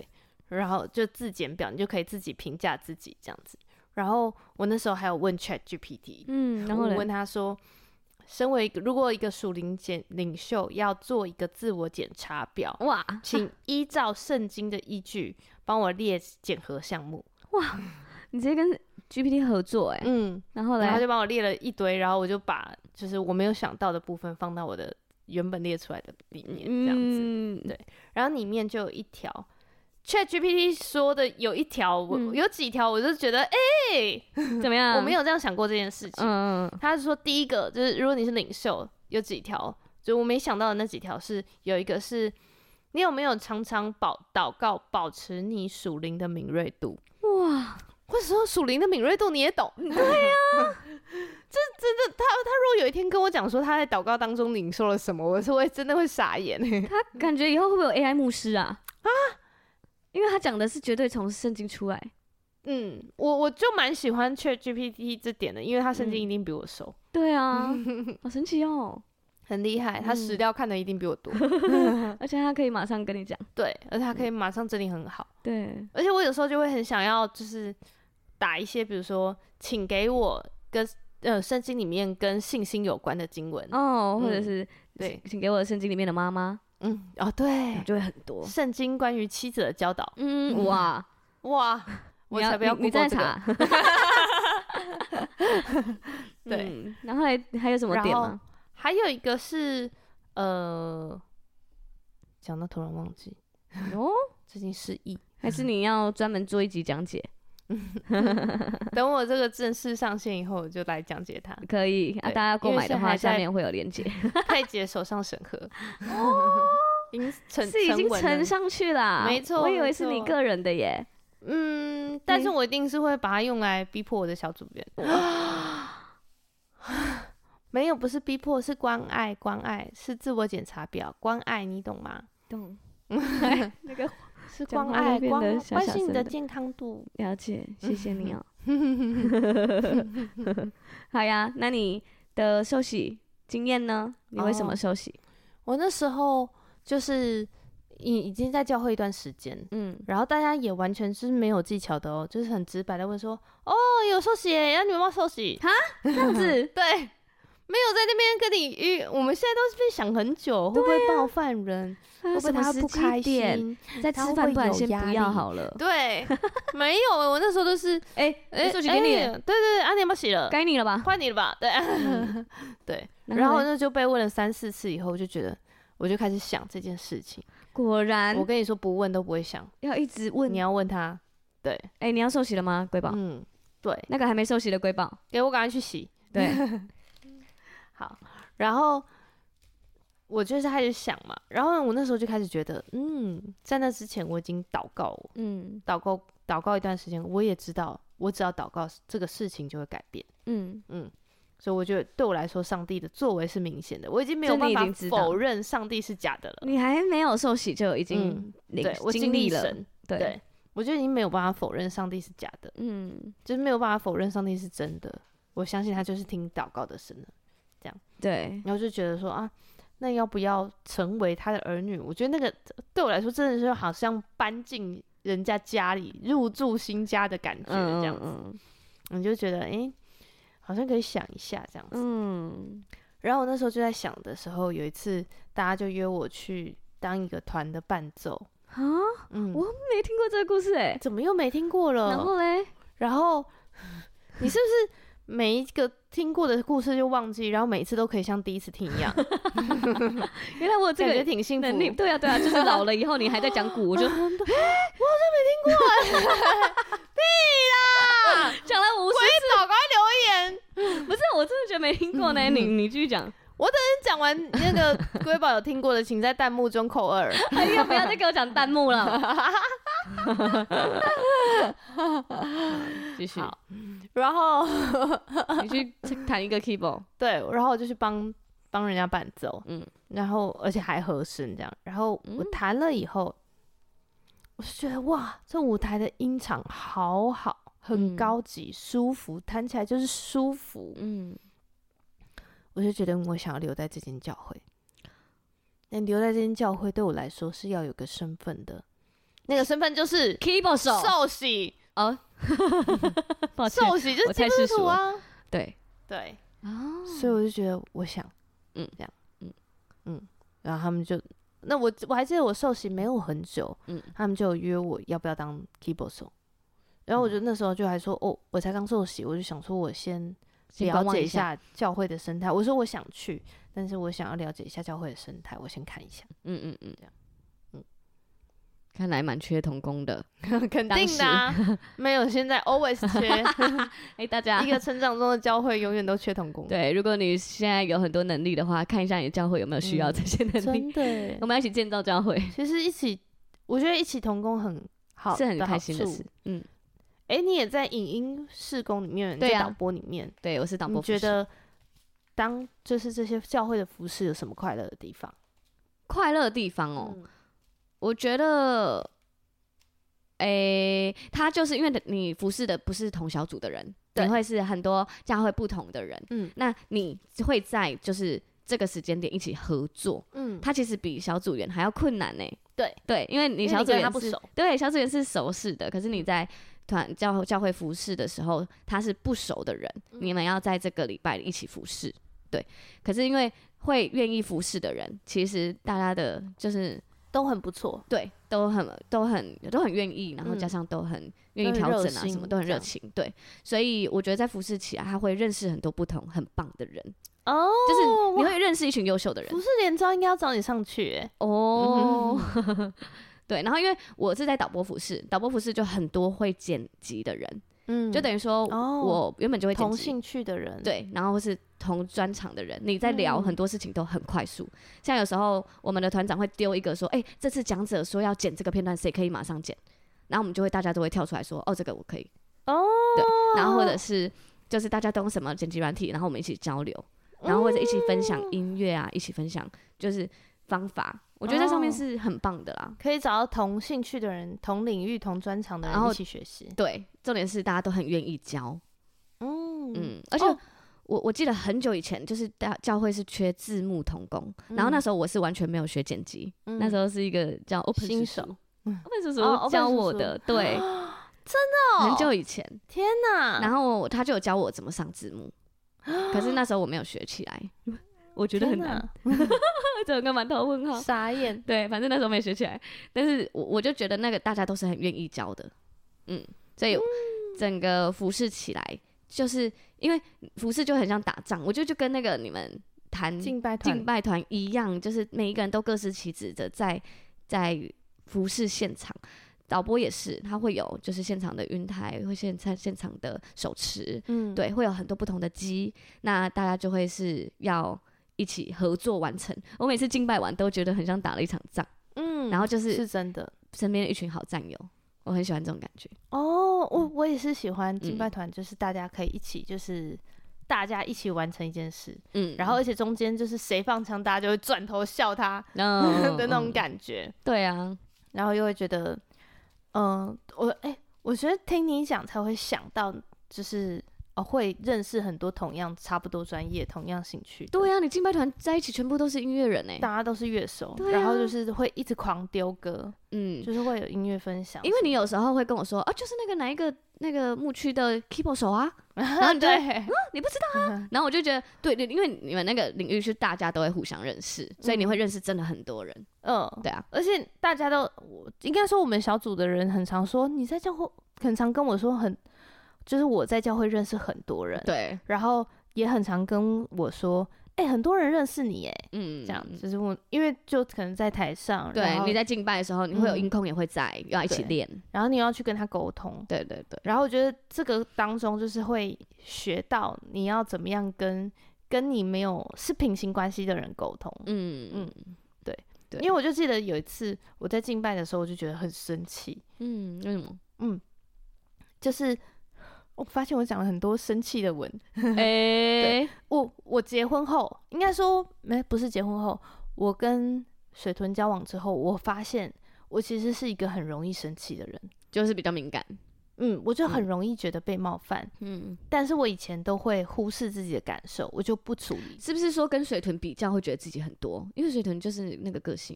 [SPEAKER 1] 然后就自检表，你就可以自己评价自己这样子。然后我那时候还有问 Chat GPT，
[SPEAKER 2] 嗯，然后
[SPEAKER 1] 我
[SPEAKER 2] 嘞
[SPEAKER 1] 问他说，身为一个如果一个属灵检领袖要做一个自我检查表，
[SPEAKER 2] 哇
[SPEAKER 1] 请依照圣经的依据帮我列检核项目。
[SPEAKER 2] 哇，你直接跟 GPT 合作哎、
[SPEAKER 1] 嗯，
[SPEAKER 2] 然后嘞，
[SPEAKER 1] 然后他就帮我列了一堆，然后我就把就是我没有想到的部分放到我的原本列出来的里面，这样子。
[SPEAKER 2] 嗯
[SPEAKER 1] 对然后里面就有一条 Chat GPT 说的有一条，我、
[SPEAKER 2] 嗯
[SPEAKER 1] 有几条我就觉得，哎、
[SPEAKER 2] 怎么样？
[SPEAKER 1] 我没有这样想过这件事情。
[SPEAKER 2] 嗯，嗯，嗯
[SPEAKER 1] 他是说第一个就是如果你是领袖，有几条，就我没想到的那几条是有一个是。你有没有常常保祷告，保持你属灵的敏锐度？
[SPEAKER 2] 哇，
[SPEAKER 1] 或者说属灵的敏锐度你也懂？ 对呀、这真的，他他如果有一天跟我讲说他在祷告当中领受了什么，我是会真的会傻眼。
[SPEAKER 2] 他感觉以后会不会有 AI 牧师啊？啊，因为他讲的是绝对从圣经出来。
[SPEAKER 1] 嗯，我我就蛮喜欢 Chat GPT 这点的，因为他圣经
[SPEAKER 2] 嗯
[SPEAKER 1] 一定比我熟，
[SPEAKER 2] 对 啊，好神奇哦！
[SPEAKER 1] 很厉害，他史料看的一定比我多。
[SPEAKER 2] 而且他可以马上跟你讲。
[SPEAKER 1] 对，而且他可以马上整理很好，
[SPEAKER 2] 对，
[SPEAKER 1] 而且我有时候就会很想要就是打一些，比如说，请给我跟呃圣经里面跟信心有关的经文。
[SPEAKER 2] 哦，或者
[SPEAKER 1] 嗯
[SPEAKER 2] 是
[SPEAKER 1] 对，
[SPEAKER 2] 请给我圣经里面的妈妈，
[SPEAKER 1] 嗯，哦对，
[SPEAKER 2] 就会很多。
[SPEAKER 1] 圣经关于妻子的教导，
[SPEAKER 2] 嗯，哇，
[SPEAKER 1] 哇，我
[SPEAKER 2] 你
[SPEAKER 1] 才不要、
[SPEAKER 2] 你你再。查。
[SPEAKER 1] 对
[SPEAKER 2] 嗯，然后还还有什么点
[SPEAKER 1] 然后
[SPEAKER 2] 吗？
[SPEAKER 1] 还有一个是呃，讲到突然忘记，
[SPEAKER 2] 哦，
[SPEAKER 1] 最近失 忆。
[SPEAKER 2] 还是你要专门做一集讲解？
[SPEAKER 1] 等我这个正式上线以后，我就来讲解它，
[SPEAKER 2] 可以啊，
[SPEAKER 1] 对
[SPEAKER 2] 大家购
[SPEAKER 1] 因为
[SPEAKER 2] 买的
[SPEAKER 1] 现在
[SPEAKER 2] 话，
[SPEAKER 1] 还
[SPEAKER 2] 下
[SPEAKER 1] 在
[SPEAKER 2] 面会有链接。
[SPEAKER 1] 太姐手上审 核，已经成
[SPEAKER 2] 哦是已经
[SPEAKER 1] 成文
[SPEAKER 2] 呈
[SPEAKER 1] 了
[SPEAKER 2] 上去啦，
[SPEAKER 1] 没错
[SPEAKER 2] 我以
[SPEAKER 1] 没
[SPEAKER 2] 为是你
[SPEAKER 1] 错
[SPEAKER 2] 个人的耶。
[SPEAKER 1] 嗯，但是
[SPEAKER 2] 嗯
[SPEAKER 1] 我一定是会把它用来逼迫我的小主编。
[SPEAKER 2] 哦
[SPEAKER 1] 没有，不是逼迫，是关爱，关爱是自我检查表，关爱，你 懂 吗？
[SPEAKER 2] 懂， 那个
[SPEAKER 1] 是
[SPEAKER 2] 讲
[SPEAKER 1] 关
[SPEAKER 2] 话都
[SPEAKER 1] 爱，
[SPEAKER 2] 变
[SPEAKER 1] 关
[SPEAKER 2] 得
[SPEAKER 1] 爱
[SPEAKER 2] 小
[SPEAKER 1] 关
[SPEAKER 2] 小
[SPEAKER 1] 心你
[SPEAKER 2] 声
[SPEAKER 1] 的
[SPEAKER 2] 的
[SPEAKER 1] 健康度。
[SPEAKER 2] 了解，谢谢你 哦。好呀，那你的休息经验呢？你为什么
[SPEAKER 1] 哦
[SPEAKER 2] 休息？
[SPEAKER 1] 我那时候就是已已经在教会一段时间，
[SPEAKER 2] 嗯，
[SPEAKER 1] 然后大家也完全是没有技巧的哦，就是很直白的问说：“哦，有受洗耶，要你们要受洗
[SPEAKER 2] 这样子
[SPEAKER 1] 对，没有在那边跟你约，我们现在都是想很久，会不会
[SPEAKER 2] 啊
[SPEAKER 1] 冒犯人，
[SPEAKER 2] 还
[SPEAKER 1] 会
[SPEAKER 2] 有
[SPEAKER 1] 不会
[SPEAKER 2] 什么
[SPEAKER 1] 他
[SPEAKER 2] 时
[SPEAKER 1] 不开
[SPEAKER 2] 机点？
[SPEAKER 1] 心？
[SPEAKER 2] 在
[SPEAKER 1] 他
[SPEAKER 2] 吃
[SPEAKER 1] 会
[SPEAKER 2] 饭，
[SPEAKER 1] 不
[SPEAKER 2] 不
[SPEAKER 1] 会
[SPEAKER 2] 然
[SPEAKER 1] 有
[SPEAKER 2] 先
[SPEAKER 1] 压
[SPEAKER 2] 不要
[SPEAKER 1] 力
[SPEAKER 2] 好了。
[SPEAKER 1] 对，没有，我那时候都 是
[SPEAKER 2] 哎，
[SPEAKER 1] 哎，
[SPEAKER 2] 休息给
[SPEAKER 1] 哎
[SPEAKER 2] 你，
[SPEAKER 1] 对对对，啊，你要不要洗了？
[SPEAKER 2] 该你了吧？
[SPEAKER 1] 换你了吧， 对嗯对，然
[SPEAKER 2] 然
[SPEAKER 1] 后
[SPEAKER 2] 后呢
[SPEAKER 1] 那就被问了三四次以后，我就觉得。我就开始想这件事情。
[SPEAKER 2] 果然
[SPEAKER 1] 我跟你说，不问都不会想。
[SPEAKER 2] 要一直问
[SPEAKER 1] 你，要问他，对，
[SPEAKER 2] 哎，你要休息了吗？瑰宝，
[SPEAKER 1] 嗯，对，
[SPEAKER 2] 那个还没休息的瑰宝，
[SPEAKER 1] 给我赶快去洗。
[SPEAKER 2] 对，
[SPEAKER 1] 好，然后我就是开始想嘛，然后我那时候就开始觉得，嗯，在那之前我已经祷告我，
[SPEAKER 2] 嗯
[SPEAKER 1] 祷告祷告一段时间，我也知道，我只要祷告这个事情就会改变，
[SPEAKER 2] 嗯，
[SPEAKER 1] 嗯，所以我觉得对我来说，上帝的作为是明显的，我已经没有
[SPEAKER 2] 这你
[SPEAKER 1] 办
[SPEAKER 2] 已
[SPEAKER 1] 法
[SPEAKER 2] 经知道
[SPEAKER 1] 否认上帝是假的了，
[SPEAKER 2] 你还没有受洗就已经
[SPEAKER 1] 嗯
[SPEAKER 2] 领
[SPEAKER 1] 对我
[SPEAKER 2] 经历
[SPEAKER 1] 历
[SPEAKER 2] 了，
[SPEAKER 1] 神，
[SPEAKER 2] 对
[SPEAKER 1] 对，我就已经没有办法否认上帝是假的，
[SPEAKER 2] 嗯，
[SPEAKER 1] 就是没有办法否认上帝是真的，我相信他就是听祷告的神了。
[SPEAKER 2] 对，
[SPEAKER 1] 然后就觉得说啊，那要不要成为他的儿女？我觉得那个对我来说真的是好像搬进人家家里入住新家的感觉，
[SPEAKER 2] 嗯
[SPEAKER 1] 这样子，
[SPEAKER 2] 嗯
[SPEAKER 1] 你就觉得诶，好像可以想一下这样子。
[SPEAKER 2] 嗯
[SPEAKER 1] 然后我那时候就在想的时候，有一次大家就约我去当一个团的伴奏，
[SPEAKER 2] 啊，
[SPEAKER 1] 嗯，
[SPEAKER 2] 我没听过这个故事哎、
[SPEAKER 1] 怎么又没听过了？
[SPEAKER 2] 然后嘞，
[SPEAKER 1] 然后你是不是每一个听过的故事就忘记，然后每一次都可以像第一次听一样，
[SPEAKER 2] 原来我 有这
[SPEAKER 1] 感觉
[SPEAKER 2] 个
[SPEAKER 1] 挺幸福
[SPEAKER 2] 能力，对啊对啊，就是老了以后你还在讲古， 我就
[SPEAKER 1] 很多，哎我好像没听过。屁啦！
[SPEAKER 2] 讲了五
[SPEAKER 1] 鬼
[SPEAKER 2] 十，
[SPEAKER 1] 哎早赶快留言。
[SPEAKER 2] 不是，我真的觉得没听过
[SPEAKER 1] 嗯
[SPEAKER 2] 呢。你你继续讲，
[SPEAKER 1] 讲完那个瑰宝有听过的，请在弹幕中扣二。
[SPEAKER 2] 哎呀，不要再给我讲弹幕了。继续，
[SPEAKER 1] 好然后，
[SPEAKER 2] 你去弹一个 keyboard，
[SPEAKER 1] 对，然后我就去帮帮人家伴奏，
[SPEAKER 2] 嗯
[SPEAKER 1] 嗯，然后而且还和声这样。然后我
[SPEAKER 2] 嗯
[SPEAKER 1] 弹了以后，我就觉得哇，这舞台的音场好好，
[SPEAKER 2] 嗯
[SPEAKER 1] 很高级，舒服，弹起来就是舒服。
[SPEAKER 2] 嗯，
[SPEAKER 1] 我就觉得我想要留在这间教会，那留在这间教会对我来说是要有个身份的，那个身份就是
[SPEAKER 2] keyboard 手
[SPEAKER 1] 受洗，
[SPEAKER 2] 哦，抱歉，
[SPEAKER 1] 受洗就
[SPEAKER 2] 哦我
[SPEAKER 1] 是基
[SPEAKER 2] 太
[SPEAKER 1] 督
[SPEAKER 2] 世
[SPEAKER 1] 徒
[SPEAKER 2] 俗了
[SPEAKER 1] 啊，
[SPEAKER 2] 对
[SPEAKER 1] 对，
[SPEAKER 2] 哦，
[SPEAKER 1] 所以我就觉得我想，
[SPEAKER 2] 嗯
[SPEAKER 1] 这样，嗯
[SPEAKER 2] 嗯
[SPEAKER 1] 嗯，然后他们就，那我我还记得我受洗没有很久，
[SPEAKER 2] 嗯
[SPEAKER 1] 他们就约我要不要当 keyboard 手，然
[SPEAKER 2] 嗯
[SPEAKER 1] 后我就那时候就还说，哦，我才刚受洗，我就想说我先
[SPEAKER 2] 先
[SPEAKER 1] 了
[SPEAKER 2] 观望
[SPEAKER 1] 解一
[SPEAKER 2] 一下，
[SPEAKER 1] 下教会的生态，我说我想去，但是我想要了解一下教会的生态，我先看一下，
[SPEAKER 2] 嗯嗯嗯，
[SPEAKER 1] 这
[SPEAKER 2] 这
[SPEAKER 1] 样
[SPEAKER 2] 样，
[SPEAKER 1] 嗯
[SPEAKER 2] 嗯，看来蛮缺童工的。
[SPEAKER 1] 肯
[SPEAKER 2] 当
[SPEAKER 1] 定的、啊， 没有现在 always 缺
[SPEAKER 2] 哎，大家
[SPEAKER 1] 一 个成长中的教会永远都缺童工，
[SPEAKER 2] 对，如果你现在有很多能力的话，看一下你的教会有没有需要
[SPEAKER 1] 嗯
[SPEAKER 2] 这些能力。
[SPEAKER 1] 真的耶
[SPEAKER 2] 我，们要一起建造教会，
[SPEAKER 1] 其实一起，我觉得一起童工很好，
[SPEAKER 2] 是很开心的
[SPEAKER 1] 好处
[SPEAKER 2] 事。嗯，
[SPEAKER 1] 哎、你也在影音事工里面，你
[SPEAKER 2] 对
[SPEAKER 1] 在
[SPEAKER 2] 啊
[SPEAKER 1] 导播里面，
[SPEAKER 2] 对我是导播
[SPEAKER 1] 你
[SPEAKER 2] 服饰。
[SPEAKER 1] 觉得当就是这些教会的服饰有什么快乐的地方？
[SPEAKER 2] 快乐的地方哦，
[SPEAKER 1] 哦，
[SPEAKER 2] 我觉得，诶、他就是因为你服侍的不是同小组的人，
[SPEAKER 1] 对
[SPEAKER 2] 你会是很多教会不同的人，
[SPEAKER 1] 嗯
[SPEAKER 2] 嗯，那你会在就是这个时间点一起合作，
[SPEAKER 1] 嗯，
[SPEAKER 2] 它其实比小组员还要困难呢、
[SPEAKER 1] 对
[SPEAKER 2] 对，因为
[SPEAKER 1] 因为
[SPEAKER 2] 你小
[SPEAKER 1] 你
[SPEAKER 2] 组
[SPEAKER 1] 跟
[SPEAKER 2] 员
[SPEAKER 1] 他不
[SPEAKER 2] 是
[SPEAKER 1] 熟，
[SPEAKER 2] 对，小组员是熟识的，可是你在团教教会服侍的时候，他是不熟的人，
[SPEAKER 1] 嗯
[SPEAKER 2] 你们要在这个礼拜一起服侍。对，可是因为会愿意服侍的人，其实大家的就是
[SPEAKER 1] 都很不错。
[SPEAKER 2] 对，都很都很都很愿意，然后加
[SPEAKER 1] 嗯
[SPEAKER 2] 上都很愿意
[SPEAKER 1] 都很
[SPEAKER 2] 调
[SPEAKER 1] 热
[SPEAKER 2] 整啊，什么
[SPEAKER 1] 心
[SPEAKER 2] 都很
[SPEAKER 1] 这
[SPEAKER 2] 热
[SPEAKER 1] 样
[SPEAKER 2] 情。对，所以我觉得在服侍起来，他会认识很多不同很棒的人，
[SPEAKER 1] 哦，
[SPEAKER 2] 就是你
[SPEAKER 1] 哇
[SPEAKER 2] 会认识一群优秀的人
[SPEAKER 1] 服。饰连招应该要找你上去、哎，
[SPEAKER 2] 哦，
[SPEAKER 1] 嗯
[SPEAKER 2] 对，然后因为我是在导播服饰，导播服饰就很多会剪辑的人，
[SPEAKER 1] 嗯
[SPEAKER 2] 就等于说
[SPEAKER 1] 哦
[SPEAKER 2] 我原本就会剪
[SPEAKER 1] 同
[SPEAKER 2] 辑，
[SPEAKER 1] 兴趣的人，，
[SPEAKER 2] 对，然后是同专场的人，你在聊
[SPEAKER 1] 嗯
[SPEAKER 2] 很多事情都很快速。像有时候我们的团长会丢一个说，哎、这次讲者说要剪这个片段，谁可以马上剪？然后我们就会大家都会跳出来说，哦，这个我可以。
[SPEAKER 1] 哦，
[SPEAKER 2] 然后或者是就是大家都用什么剪辑软体，然后我们一起交流，然后或者一起分享
[SPEAKER 1] 嗯
[SPEAKER 2] 音乐啊，一起分享就是方法。我觉得在上面
[SPEAKER 1] 哦
[SPEAKER 2] 是很棒的啦。
[SPEAKER 1] 可以找到同兴趣的人、同领域、同专长的
[SPEAKER 2] 然
[SPEAKER 1] 人
[SPEAKER 2] 后
[SPEAKER 1] 一起学习。
[SPEAKER 2] 对，重点是大家都很愿意教，
[SPEAKER 1] 嗯
[SPEAKER 2] 嗯，而且
[SPEAKER 1] 哦
[SPEAKER 2] 我我记得很久以前，就是大教会是缺字幕童工，然后那
[SPEAKER 1] 嗯
[SPEAKER 2] 时候我是完全没有学剪辑，
[SPEAKER 1] 嗯
[SPEAKER 2] 那时候是一个叫 Open
[SPEAKER 1] 新
[SPEAKER 2] 叔
[SPEAKER 1] 手
[SPEAKER 2] 叔，Open 叔
[SPEAKER 1] 哦
[SPEAKER 2] 叔
[SPEAKER 1] ，Open
[SPEAKER 2] 教
[SPEAKER 1] 叔
[SPEAKER 2] 我
[SPEAKER 1] 叔
[SPEAKER 2] 的， 对，
[SPEAKER 1] 哦嗯
[SPEAKER 2] 很久以前，
[SPEAKER 1] 天哪！
[SPEAKER 2] 然后他就有教我怎么上字幕， 可是那时候我没有学起来，我觉得很
[SPEAKER 1] 天
[SPEAKER 2] 难，
[SPEAKER 1] 哪
[SPEAKER 2] 整个馒头问号。
[SPEAKER 1] 傻眼。
[SPEAKER 2] 对，反正那时候没学起来，但是我我就觉得那个大家都是很愿意教的，嗯，所以整个服饰起来，就是因为服饰就很像打仗，我觉得就跟那个你们谈
[SPEAKER 1] 嗯敬拜团
[SPEAKER 2] 敬拜团一样，就是每一个人都各司其职的在在服饰现场。导播也是，他会有就是现场的云台，会现场现场的手持，
[SPEAKER 1] 嗯，
[SPEAKER 2] 对，会有很多不同的鸡，那大家就会是要一起合作完成。我每次敬拜完都觉得很像打了一场仗，
[SPEAKER 1] 嗯，
[SPEAKER 2] 然后就是
[SPEAKER 1] 是真的
[SPEAKER 2] 身边的一群好战友，我很喜欢这种感觉。
[SPEAKER 1] 哦。我我也是喜欢敬
[SPEAKER 2] 嗯
[SPEAKER 1] 拜团，就是大家可以一起，就是大家一起完成一件事，
[SPEAKER 2] 嗯，
[SPEAKER 1] 然后而且中间就是谁放枪，大家就会转头笑他
[SPEAKER 2] 嗯
[SPEAKER 1] 的那种
[SPEAKER 2] 嗯
[SPEAKER 1] 感觉，
[SPEAKER 2] 对啊，
[SPEAKER 1] 然后又会觉得，嗯，我哎、我觉得听你讲才会想到，就是。哦，会认识很多同样差不多专业、同样兴趣的，
[SPEAKER 2] 对啊，你敬拜团在一起全部都是音乐人哎、
[SPEAKER 1] 大家都是乐手，
[SPEAKER 2] 对
[SPEAKER 1] 然后就
[SPEAKER 2] 啊
[SPEAKER 1] 是会一直狂丢歌，
[SPEAKER 2] 嗯，
[SPEAKER 1] 就是会有音乐分享什么的，
[SPEAKER 2] 因为你有时候会跟我说，哦、就是那个哪一个那个牧区的 keyboard 手 啊，然后你就会
[SPEAKER 1] 对，嗯
[SPEAKER 2] 你不知道啊，然后我就觉得，对，因为你们那个领域是大家都会互相认识，所以你会认识真的很多人，
[SPEAKER 1] 嗯，
[SPEAKER 2] 对啊，
[SPEAKER 1] 而且大家都，我应该说我们小组的人很常说你在教会，很常跟我说很，就是我在教会认识很多人，，
[SPEAKER 2] 对，
[SPEAKER 1] 然后也很常跟我说，哎、很多人认识你，哎，
[SPEAKER 2] 嗯，
[SPEAKER 1] 这样、就是我，因为就可能在台上，然
[SPEAKER 2] 对，
[SPEAKER 1] 后
[SPEAKER 2] 你，在敬拜的时候，你会有
[SPEAKER 1] 嗯
[SPEAKER 2] 音控也会在，要一起
[SPEAKER 1] 对
[SPEAKER 2] 练。
[SPEAKER 1] 然后你要去跟他沟通，
[SPEAKER 2] 对对对，
[SPEAKER 1] 然后我觉得这个当中就是会学到你要怎么样跟跟你没有是平行关系的人沟通，
[SPEAKER 2] 嗯嗯对
[SPEAKER 1] 因为我就记得有一次我在敬拜的时候，我就觉得很生气，
[SPEAKER 2] 嗯，为什么？
[SPEAKER 1] 就是我发现我讲了很多生气的文。
[SPEAKER 2] 哎，
[SPEAKER 1] 我我结婚后，应该说没不是结婚后，我跟水豚交往之后，我发现我其实是一个很容易生气的人。
[SPEAKER 2] 就是比较敏感，
[SPEAKER 1] 嗯，我就很容易觉得被冒犯，
[SPEAKER 2] 嗯，
[SPEAKER 1] 但是我以前都会忽视自己的感受，我就不处理。
[SPEAKER 2] 是不是说跟水豚比较会觉得自己很多？因为水豚就是那个个性，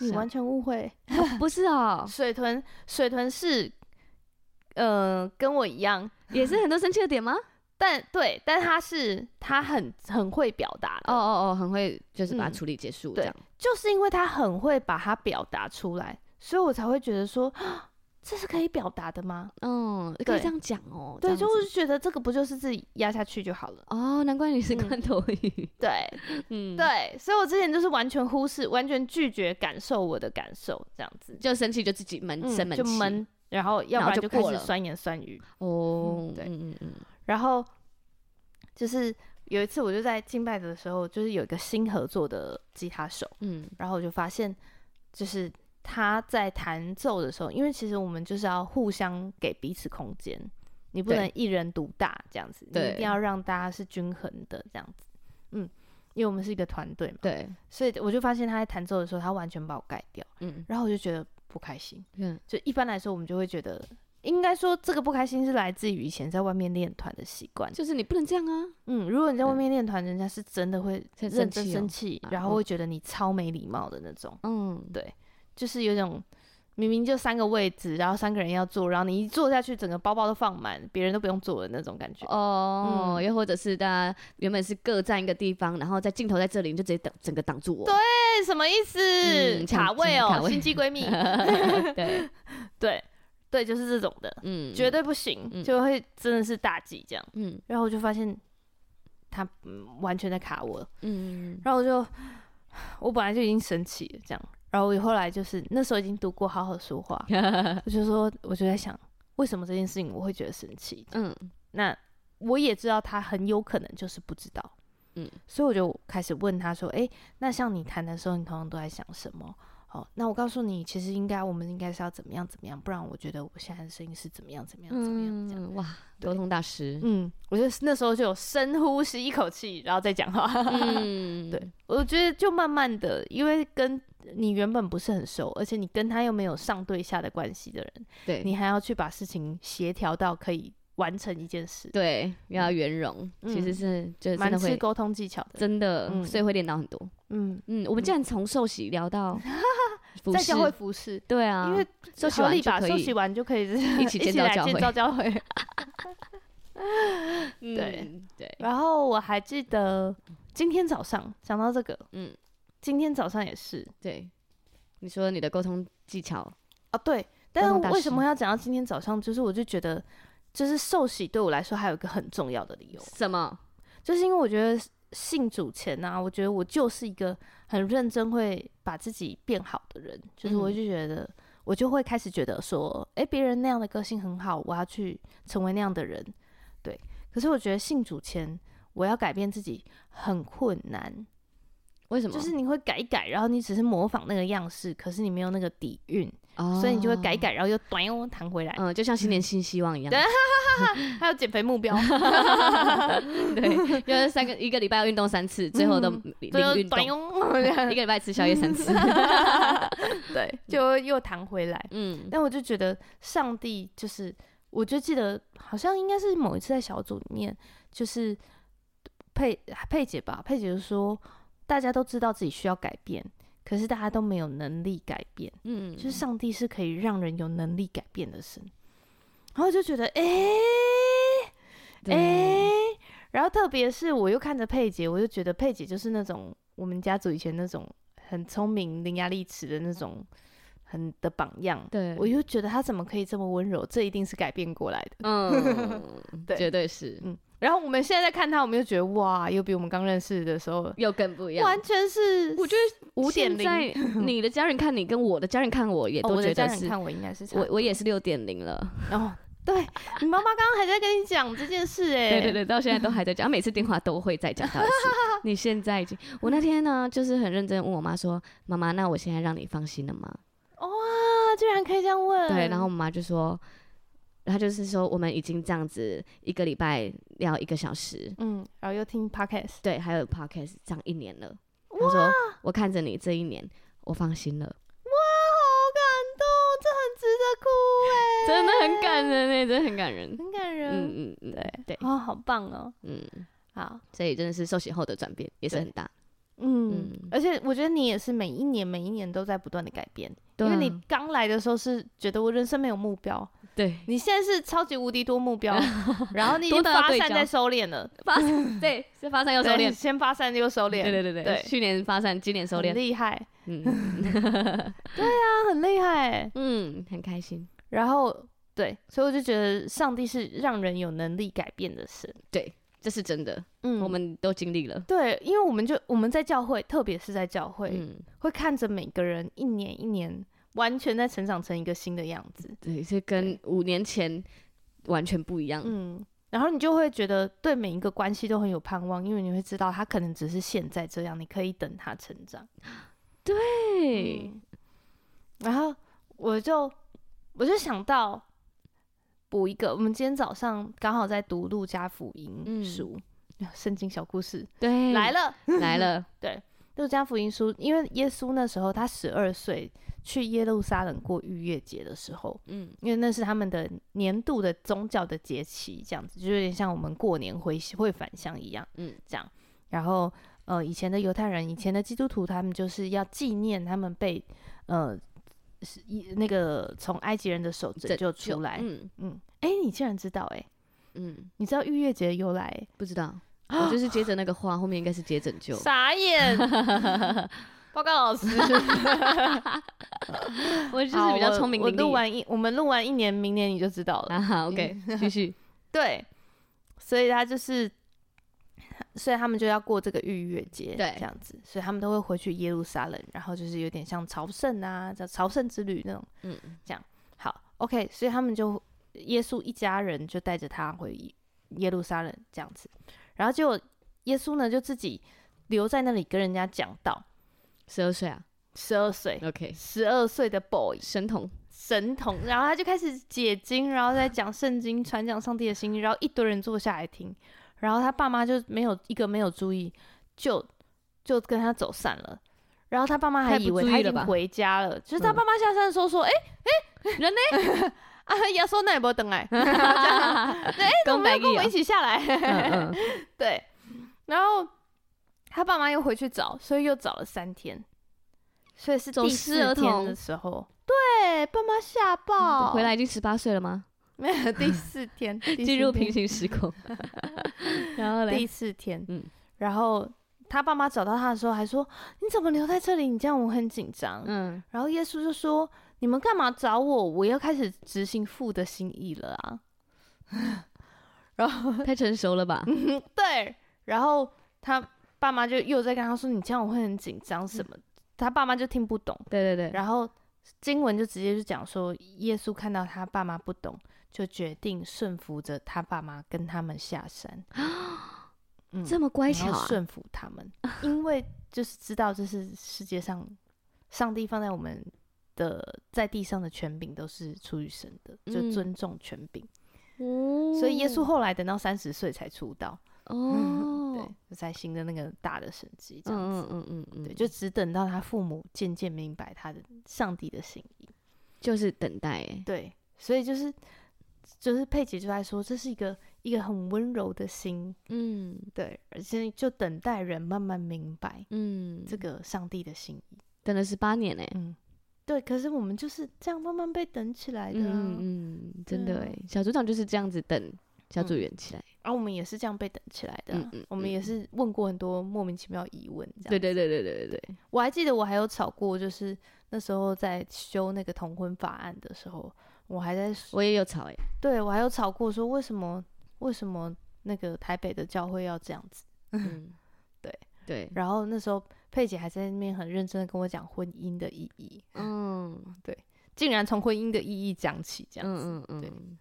[SPEAKER 1] 你
[SPEAKER 2] 是啊
[SPEAKER 1] 完全误会，
[SPEAKER 2] 哦 不是哦，
[SPEAKER 1] 水豚，水豚是，呃，跟我一样，
[SPEAKER 2] 也是很多生气的点吗？
[SPEAKER 1] 但对，但他是他很很会表达的
[SPEAKER 2] 嗯哦哦哦，很会就是把它
[SPEAKER 1] 嗯
[SPEAKER 2] 处理结束这
[SPEAKER 1] 对
[SPEAKER 2] 样。
[SPEAKER 1] 就是因为他很会把它表达出来，所以我才会觉得说，啊这是可以表达的吗？
[SPEAKER 2] 嗯，可以
[SPEAKER 1] 对
[SPEAKER 2] 这样讲哦。这
[SPEAKER 1] 对，
[SPEAKER 2] 样子
[SPEAKER 1] 就是觉得这个不就是自己压下去就好了。
[SPEAKER 2] 哦，难怪你是
[SPEAKER 1] 嗯
[SPEAKER 2] 罐头鱼。
[SPEAKER 1] 对
[SPEAKER 2] 嗯，，
[SPEAKER 1] 对，所以我之前就是完全忽视，完全拒绝感受我的感受，这样子，
[SPEAKER 2] 就生气就自己闷
[SPEAKER 1] 嗯
[SPEAKER 2] 生闷
[SPEAKER 1] 就
[SPEAKER 2] 气。
[SPEAKER 1] 闷，然后要
[SPEAKER 2] 然
[SPEAKER 1] 不
[SPEAKER 2] 后
[SPEAKER 1] 然
[SPEAKER 2] 就
[SPEAKER 1] 就开
[SPEAKER 2] 过
[SPEAKER 1] 始
[SPEAKER 2] 了
[SPEAKER 1] 酸言酸语，
[SPEAKER 2] 哦
[SPEAKER 1] 嗯，对
[SPEAKER 2] 嗯嗯嗯，
[SPEAKER 1] 然后就是有一次我就在敬拜的时候，就是有一个新合作的吉他手，
[SPEAKER 2] 嗯
[SPEAKER 1] 然后我就发现，就是他在弹奏的时候，因为其实我们就是要互相给彼此空间，你不
[SPEAKER 2] 对
[SPEAKER 1] 能一人独大这样子，你
[SPEAKER 2] 对
[SPEAKER 1] 一定要让大家是均衡的这样子。嗯，因为我们是一个团队嘛，
[SPEAKER 2] 对，
[SPEAKER 1] 所以我就发现他在弹奏的时候，他完全把我盖掉，
[SPEAKER 2] 嗯
[SPEAKER 1] 然后我就觉得不开心。
[SPEAKER 2] 嗯
[SPEAKER 1] 就一般来说，我们就会觉得，应该说这个不开心是来自于以前在外面练团的习惯。
[SPEAKER 2] 就是你不能这样啊。
[SPEAKER 1] 嗯，如果你在外
[SPEAKER 2] 嗯
[SPEAKER 1] 面练团，人家是真的会
[SPEAKER 2] 在生
[SPEAKER 1] 认真
[SPEAKER 2] 气哦
[SPEAKER 1] 生气，
[SPEAKER 2] 啊
[SPEAKER 1] 然后
[SPEAKER 2] 嗯
[SPEAKER 1] 会觉得你超没礼貌的那种。
[SPEAKER 2] 嗯，
[SPEAKER 1] 对就是有种明明就三个位置，然后三个人要坐，然后你一坐下去，整个包包都放满，别人都不用坐的那种感觉。
[SPEAKER 2] 哦，
[SPEAKER 1] 嗯
[SPEAKER 2] 又或者是大家原本是各占一个地方，然后在镜头在这里，你就直接挡整个挡住我。
[SPEAKER 1] 哎、什么意思？
[SPEAKER 2] 嗯
[SPEAKER 1] 卡
[SPEAKER 2] 抢
[SPEAKER 1] 位
[SPEAKER 2] 抢卡
[SPEAKER 1] 哦，
[SPEAKER 2] 位
[SPEAKER 1] 心机闺蜜。
[SPEAKER 2] 对 对，
[SPEAKER 1] 对对，就是这种的，
[SPEAKER 2] 嗯，
[SPEAKER 1] 绝对不行，
[SPEAKER 2] 嗯
[SPEAKER 1] 就会真的是大忌这样。
[SPEAKER 2] 嗯
[SPEAKER 1] 然后我就发现他、嗯完全在卡我，
[SPEAKER 2] 嗯，
[SPEAKER 1] 然后我就我本来就已经生气了这样，然后我后来就是那时候已经读过《好好说话》
[SPEAKER 2] 嗯
[SPEAKER 1] 我就说我就在想，为什么这件事情我会觉得生气？
[SPEAKER 2] 嗯
[SPEAKER 1] 那我也知道他很有可能就是不知道，
[SPEAKER 2] 嗯
[SPEAKER 1] 嗯，所以我就开始问他说：“诶，那像你谈的时候，你通常都在想什么？哦，那我告诉你，其实应该我们应该是要怎么样怎么样，不然我觉得我现在的声音是怎么样 怎么样怎么样这样。
[SPEAKER 2] 嗯，哇，
[SPEAKER 1] 对
[SPEAKER 2] 沟通大师。
[SPEAKER 1] 嗯，我就是那时候就有深呼吸一口气，然后再讲话。
[SPEAKER 2] 嗯，
[SPEAKER 1] 对， 我觉得就慢慢的，因为跟你原本不是很熟，而且你跟他又没有上对下的关系的人，
[SPEAKER 2] 对，
[SPEAKER 1] 你还要去把事情协调到可以完成一件事，
[SPEAKER 2] 对，要圆融，其实
[SPEAKER 1] 嗯
[SPEAKER 2] 是就是真
[SPEAKER 1] 蛮
[SPEAKER 2] 的
[SPEAKER 1] 吃
[SPEAKER 2] 会
[SPEAKER 1] 沟通技巧的。
[SPEAKER 2] 真的，
[SPEAKER 1] 嗯
[SPEAKER 2] 所以会练到很多。
[SPEAKER 1] 嗯，
[SPEAKER 2] 嗯，我们
[SPEAKER 1] 嗯
[SPEAKER 2] 竟然从受洗聊 到服
[SPEAKER 1] 在
[SPEAKER 2] 饰
[SPEAKER 1] 教，会服侍，
[SPEAKER 2] 对啊，
[SPEAKER 1] 因为
[SPEAKER 2] 受洗
[SPEAKER 1] 合
[SPEAKER 2] 完
[SPEAKER 1] 理
[SPEAKER 2] 就
[SPEAKER 1] 吧，
[SPEAKER 2] 可
[SPEAKER 1] 休息
[SPEAKER 2] 以
[SPEAKER 1] 完就可以 一
[SPEAKER 2] 起建
[SPEAKER 1] 建
[SPEAKER 2] 造教会
[SPEAKER 1] 造 教会。
[SPEAKER 2] 对
[SPEAKER 1] 嗯
[SPEAKER 2] 对，
[SPEAKER 1] 然后我还记得今天早上讲到这个，
[SPEAKER 2] 嗯
[SPEAKER 1] 今天早上也是
[SPEAKER 2] 对。你说你的沟通技巧，
[SPEAKER 1] 啊，对。但
[SPEAKER 2] 通大
[SPEAKER 1] 是为
[SPEAKER 2] 师
[SPEAKER 1] 什么要讲到今天早上？就是我就觉得，就是受洗对我来说还有一个很重要的理由，
[SPEAKER 2] 什么？
[SPEAKER 1] 就是因为我觉得信主前啊，我觉得我就是一个很认真会把自己变好的人，就是我
[SPEAKER 2] 嗯
[SPEAKER 1] 就觉得。我就会开始觉得说，诶，别人那样的个性很好，我要去成为那样的人，对。可是我觉得信主前，我要改变自己很困难，
[SPEAKER 2] 为什么？
[SPEAKER 1] 就是你会改一改，然后你只是模仿那个样式，可是你没有那个底蕴，
[SPEAKER 2] 哦，
[SPEAKER 1] 所以你就会改一改，然后又短又弹回来。
[SPEAKER 2] 嗯，就像新年新希望一样，
[SPEAKER 1] 对还有减肥目标，
[SPEAKER 2] 对，就是三个一个礼拜要运动三次，最后都零
[SPEAKER 1] 最后
[SPEAKER 2] 运动
[SPEAKER 1] 嗯短，
[SPEAKER 2] 一个礼拜吃宵夜三 次，
[SPEAKER 1] 对，就又弹回来。
[SPEAKER 2] 嗯
[SPEAKER 1] 但我就觉得上帝就是，我就记得好像应该是某一次在小组里面，就是佩佩姐吧，佩姐就说大家都知道自己需要改变，可是大家都没有能力改变，
[SPEAKER 2] 嗯，
[SPEAKER 1] 就是上帝是可以让人有能力改变的神。然后就觉得，诶诶，哎
[SPEAKER 2] 对
[SPEAKER 1] 然后特别是我又看着佩姐，我就觉得佩姐就是那种我们家族以前那种很聪明、伶牙俐齿的那种很的榜样，
[SPEAKER 2] 对，
[SPEAKER 1] 我又觉得他怎么可以这么温柔？这一定是改变过来的。
[SPEAKER 2] 嗯，
[SPEAKER 1] 对
[SPEAKER 2] 绝对是
[SPEAKER 1] 然后我们现在在看他，我们就觉得哇，又比我们刚认识的时候
[SPEAKER 2] 又更不一样，
[SPEAKER 1] 完全是
[SPEAKER 2] 我觉
[SPEAKER 1] 得五点零。
[SPEAKER 2] 现在 你的家人看你跟我的家人看我也
[SPEAKER 1] 哦，
[SPEAKER 2] 都
[SPEAKER 1] 我
[SPEAKER 2] 觉
[SPEAKER 1] 的家
[SPEAKER 2] 得
[SPEAKER 1] 人
[SPEAKER 2] 是，
[SPEAKER 1] 看我应该是差
[SPEAKER 2] 我我也是六点零了。
[SPEAKER 1] 哦，对你妈妈刚刚还在跟你讲这件事哎、
[SPEAKER 2] 对对对，到现在都还在 讲，她啊每次电话都会再讲到一次。你现在已经，我那天呢就是很认真问我妈说：“妈妈，那我现在让你放心了吗
[SPEAKER 1] 哇、居然可以这样？”问。
[SPEAKER 2] 对，然后我妈就说，她就是说我们已经这样子一个礼拜聊一个小时，
[SPEAKER 1] 嗯，然后又听 podcast，
[SPEAKER 2] 对，还有 podcast 这样一年了。她说我看着你这一年，我放心了。
[SPEAKER 1] 哇，好感动，这很值得哭
[SPEAKER 2] 真的
[SPEAKER 1] 哎、
[SPEAKER 2] 很感人哎，真的很感人。
[SPEAKER 1] 很感人。
[SPEAKER 2] 嗯嗯嗯，
[SPEAKER 1] 对
[SPEAKER 2] 对
[SPEAKER 1] 哦，好棒哦，
[SPEAKER 2] 嗯，
[SPEAKER 1] 好，
[SPEAKER 2] 所以真的是受洗后的转变也是很大。
[SPEAKER 1] 嗯，
[SPEAKER 2] 嗯
[SPEAKER 1] 而且我觉得你也是每一年每一年都在不断的改变，
[SPEAKER 2] 对啊
[SPEAKER 1] 因为你刚来的时候是觉得我人生没有目 标，
[SPEAKER 2] 对，啊
[SPEAKER 1] 你现在是超级无敌多目 标，然后你已
[SPEAKER 2] 多
[SPEAKER 1] 经
[SPEAKER 2] 到要
[SPEAKER 1] 发
[SPEAKER 2] 对
[SPEAKER 1] 散
[SPEAKER 2] 焦
[SPEAKER 1] 再收敛了，
[SPEAKER 2] 发对是发散又收
[SPEAKER 1] 对
[SPEAKER 2] 敛，
[SPEAKER 1] 先发散又收敛，
[SPEAKER 2] 对对对
[SPEAKER 1] 对
[SPEAKER 2] 对，去年发散，今年收敛
[SPEAKER 1] 很，厉害，
[SPEAKER 2] 嗯
[SPEAKER 1] 他很厉害欸，
[SPEAKER 2] 嗯，很开心。
[SPEAKER 1] 然后对，所以我就觉得上帝是让人有能力改变的神，
[SPEAKER 2] 这是真的，
[SPEAKER 1] 嗯
[SPEAKER 2] 我们都经历了。
[SPEAKER 1] 对，因为我们就我们在教会，特别是在教会，
[SPEAKER 2] 嗯，
[SPEAKER 1] 会看着每个人一年一年完全在成长成一个新的样子，
[SPEAKER 2] 对，这跟五年前完全不一样。
[SPEAKER 1] 嗯，然后你就会觉得对每一个关系都很有盼望，因为你会知道他可能只是现在这样，你可以等他成长。
[SPEAKER 2] 对，
[SPEAKER 1] 嗯然后我就我就想到补一个，我们今天早上刚好在读《路加福音
[SPEAKER 2] 嗯》
[SPEAKER 1] 书， 圣经小故事
[SPEAKER 2] 对，
[SPEAKER 1] 来了， 嗯
[SPEAKER 2] 来了，
[SPEAKER 1] 《路加福音书》，因为耶稣那时候他十二岁去耶路撒冷过逾越节的时候，
[SPEAKER 2] 嗯
[SPEAKER 1] 因为那是他们的年度的宗教的节期，这样子就有点像我们过年回会返乡一样，
[SPEAKER 2] 嗯，
[SPEAKER 1] 这样。然后呃，以前的犹太人、以前的基督徒，他们就是要纪念他们被呃是一那个从埃及人的手拯救出来。
[SPEAKER 2] 嗯
[SPEAKER 1] 嗯，哎、你竟然知道哎、
[SPEAKER 2] 嗯，
[SPEAKER 1] 你知道逾越节的由来欸、
[SPEAKER 2] 不知道，我就是接着那个话，后面应该是接拯救。
[SPEAKER 1] 傻 眼，报告老 师。
[SPEAKER 2] 我就
[SPEAKER 1] 好
[SPEAKER 2] 是比较
[SPEAKER 1] 我
[SPEAKER 2] 聪明
[SPEAKER 1] 我
[SPEAKER 2] 伶
[SPEAKER 1] 录
[SPEAKER 2] 俐。
[SPEAKER 1] 完一，我们录完一年，明年你就知道了。
[SPEAKER 2] 啊哈，OK，继
[SPEAKER 1] 嗯
[SPEAKER 2] 续。
[SPEAKER 1] 对，所以他就是，所以他们就要过这个逾越节，
[SPEAKER 2] 对
[SPEAKER 1] 这样子，所以他们都会回去耶路撒冷，然后就是有点像朝圣啊，叫朝圣之旅那种，
[SPEAKER 2] 嗯，
[SPEAKER 1] 这样。好，OK，所以他们就耶稣一家人就带着他回耶耶路撒冷这样子，然后结果耶稣呢就自己留在那里跟人家讲道，
[SPEAKER 2] 十二岁啊
[SPEAKER 1] 十二岁。
[SPEAKER 2] ，OK，
[SPEAKER 1] 十二岁的 boy
[SPEAKER 2] 神 童，
[SPEAKER 1] 神童，然后他就开始解经，然后再讲圣经，传讲上帝的心意，然后一堆人坐下来听，然后他爸妈就没有一个没有注意，就就跟他走散了。然后他爸妈还
[SPEAKER 2] 太不
[SPEAKER 1] 以为
[SPEAKER 2] 注意
[SPEAKER 1] 他已
[SPEAKER 2] 了
[SPEAKER 1] 经
[SPEAKER 2] 吧
[SPEAKER 1] 回家了，就是他
[SPEAKER 2] 嗯
[SPEAKER 1] 爸妈下山的时候说：“哎、
[SPEAKER 2] 人呢？
[SPEAKER 1] 啊，亚索那也不等来，这样对哎、怎么没有跟我一起下来？
[SPEAKER 2] 啊嗯 嗯，
[SPEAKER 1] 对，然后他爸妈又回去找，所以又找了三天，所以是
[SPEAKER 2] 走
[SPEAKER 1] 第
[SPEAKER 2] 失
[SPEAKER 1] 四
[SPEAKER 2] 儿
[SPEAKER 1] 天
[SPEAKER 2] 童
[SPEAKER 1] 的时候，对，爸妈吓爆，
[SPEAKER 2] 回来已经十八岁了吗？
[SPEAKER 1] 没有第四 天，第
[SPEAKER 2] 进
[SPEAKER 1] 四
[SPEAKER 2] 入
[SPEAKER 1] 天
[SPEAKER 2] 平行时空， 然后嘞
[SPEAKER 1] 第，四天，
[SPEAKER 2] 嗯
[SPEAKER 1] 然后他爸妈找到他的时候还说：“你怎么留在这里？你这样我很紧张。
[SPEAKER 2] 嗯，
[SPEAKER 1] 然后耶稣就说：“你们干嘛找我？我要开始执行父的心意了啊！”
[SPEAKER 2] 太成熟了 吧？
[SPEAKER 1] 对，然后他爸妈就又在跟他说：“你这样我会很紧张什么？”他爸妈就听不懂，
[SPEAKER 2] 对嗯对对，
[SPEAKER 1] 然后经文就直接就讲说，耶稣看到他爸妈不懂，就决定顺服着他爸妈跟他们下山。嗯
[SPEAKER 2] 这么乖巧
[SPEAKER 1] 然后
[SPEAKER 2] 啊！
[SPEAKER 1] 顺服他们，因为就是知道这是世界上上帝放在我们的在地上的权柄都是出于神的，就
[SPEAKER 2] 嗯
[SPEAKER 1] 尊重权柄。
[SPEAKER 2] 哦
[SPEAKER 1] 所以耶稣后来等到三十岁才出道，
[SPEAKER 2] 哦
[SPEAKER 1] 对，，就才行的那个大的神迹这样子。
[SPEAKER 2] 嗯嗯嗯嗯嗯，对，
[SPEAKER 1] 对，就只等到他父母渐渐明白他的上帝的心意。
[SPEAKER 2] 就是等待欸，
[SPEAKER 1] 对，所以就是就是佩姐就在说，这是一个一个很温柔的心，
[SPEAKER 2] 嗯
[SPEAKER 1] 对，而且就等待人慢慢明白
[SPEAKER 2] 嗯，
[SPEAKER 1] 这个上帝的心意。
[SPEAKER 2] 等了十八年哎，
[SPEAKER 1] 嗯，对。可是我们就是这样慢慢被等起来的、啊，
[SPEAKER 2] 嗯嗯嗯，真的
[SPEAKER 1] 对啊
[SPEAKER 2] 哎，小组长就是这样子等小组员起来，
[SPEAKER 1] 然后我们也是这样被等起来的啊、
[SPEAKER 2] 嗯嗯
[SPEAKER 1] 我们也
[SPEAKER 2] 嗯
[SPEAKER 1] 是问过很多莫名其妙疑问，这样。
[SPEAKER 2] 对对对对对对对，
[SPEAKER 1] 我还记得我还有吵过，就是那时候在修那个同婚法案的时候，我还在
[SPEAKER 2] 我也有吵 哎，
[SPEAKER 1] 对我还有吵过说为什么为什么那个台北的教会要这样子。
[SPEAKER 2] 嗯，
[SPEAKER 1] 对
[SPEAKER 2] 对，
[SPEAKER 1] 然后那时候佩姐还在那边很认真的跟我讲婚姻的意义，
[SPEAKER 2] 嗯
[SPEAKER 1] 竟然从婚姻的意义讲起，这样子。
[SPEAKER 2] 嗯嗯
[SPEAKER 1] 对
[SPEAKER 2] 嗯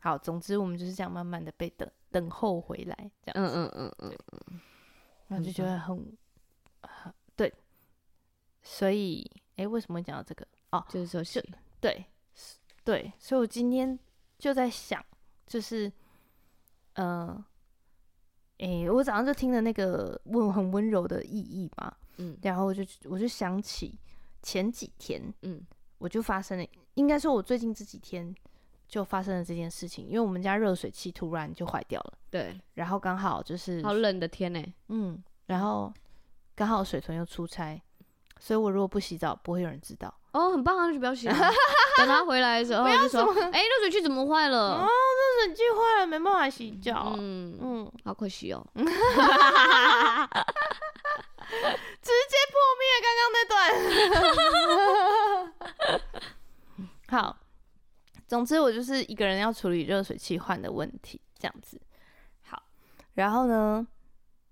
[SPEAKER 1] 好，总之我们就是这样慢慢的被等等候回来，这样
[SPEAKER 2] 嗯
[SPEAKER 1] 子，
[SPEAKER 2] 嗯嗯嗯，
[SPEAKER 1] 然后就觉得很，很对。所以，诶，为什么会讲到这个？
[SPEAKER 2] 就是说是，
[SPEAKER 1] 对，对，所以我今天就在想，就是，呃，诶、我早上就听了那个温很温柔的意义嘛，
[SPEAKER 2] 嗯
[SPEAKER 1] 然后我就我就想起前几天，
[SPEAKER 2] 嗯
[SPEAKER 1] 我就发生了，应该说我最近这几天就发生了这件事情，因为我们家热水器突然就坏掉了，
[SPEAKER 2] 对，
[SPEAKER 1] 然后刚好就是
[SPEAKER 2] 好冷的天呢、
[SPEAKER 1] 嗯，然后刚好水豚又出差，所以我如果不洗澡，不会有人知道。
[SPEAKER 2] 哦，很棒啊，那就不要 洗了。等他回来的时候就说，哎、热水器怎么坏了
[SPEAKER 1] 哦？热水器坏了，没办法洗澡。嗯
[SPEAKER 2] 嗯，好可惜哦。
[SPEAKER 1] 直接破灭刚刚那段。 好，总之我就是一个人要处理热水器换的问题，这样子。好，然后呢，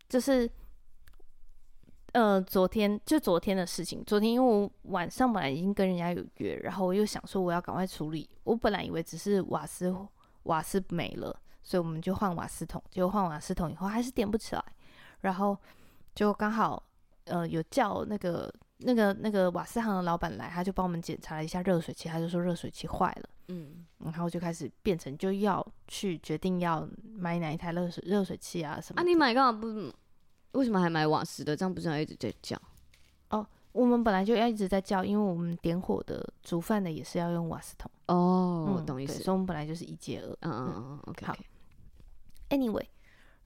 [SPEAKER 1] 就是呃，昨天就昨天的事情，昨天因为我晚上本来已经跟人家有约，然后我又想说我要赶快处理，我本来以为只是瓦斯瓦斯没了，所以我们就换瓦斯桶，结果换瓦斯桶以后还是点不起来，然后就刚好呃有叫那个那个那个瓦斯行的老板来，他就帮我们检查了一下热水器，他就说热水器坏了，
[SPEAKER 2] 嗯，
[SPEAKER 1] 然后就开始变成就要去决定要买哪一台热水热水器啊什么
[SPEAKER 2] 啊，
[SPEAKER 1] 的。
[SPEAKER 2] 你买干嘛不？为什么还买瓦斯的？这样不是要一直在叫？
[SPEAKER 1] 我们本来就要一直在叫，因为我们点火的煮饭的也是要用瓦斯桶。
[SPEAKER 2] 哦，我
[SPEAKER 1] 嗯
[SPEAKER 2] 懂意
[SPEAKER 1] 对
[SPEAKER 2] 思。
[SPEAKER 1] 所以我们本来就是一接二。
[SPEAKER 2] 嗯嗯嗯嗯，OK，
[SPEAKER 1] 好 Anyway，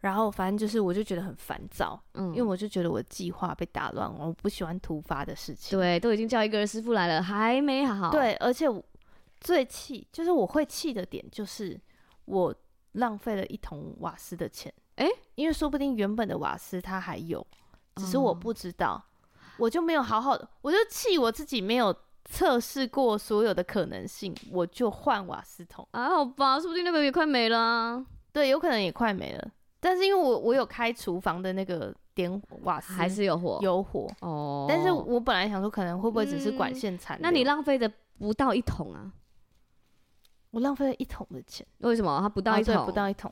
[SPEAKER 1] 然后反正就是我就觉得很烦躁，
[SPEAKER 2] 嗯，
[SPEAKER 1] 因为我就觉得我计划被打乱，我不喜欢突发的事情。
[SPEAKER 2] 对，都已经叫一个师傅来了，还没好好。，
[SPEAKER 1] 对，而且我最气就是我会气的点就是我浪费了一桶瓦斯的钱，
[SPEAKER 2] 诶
[SPEAKER 1] 因为说不定原本的瓦斯它还有，只是我
[SPEAKER 2] 哦
[SPEAKER 1] 不知道，我就没有好好的，我就气我自己没有测试过所有的可能性，我就换瓦斯桶，
[SPEAKER 2] 啊，好吧，说不定那个也快没了啊，
[SPEAKER 1] 对，有可能也快没了，但是因为我我有开厨房的那个点瓦斯，
[SPEAKER 2] 还是有火
[SPEAKER 1] 有火。
[SPEAKER 2] 哦。
[SPEAKER 1] 但是我本来想说，可能会不会只是管
[SPEAKER 2] 嗯
[SPEAKER 1] 线残留、
[SPEAKER 2] 那你浪费的不到一桶啊？
[SPEAKER 1] 我浪费了一桶的钱。
[SPEAKER 2] 为什么？它不
[SPEAKER 1] 哦
[SPEAKER 2] 到一
[SPEAKER 1] 对
[SPEAKER 2] 桶，
[SPEAKER 1] 不到一桶。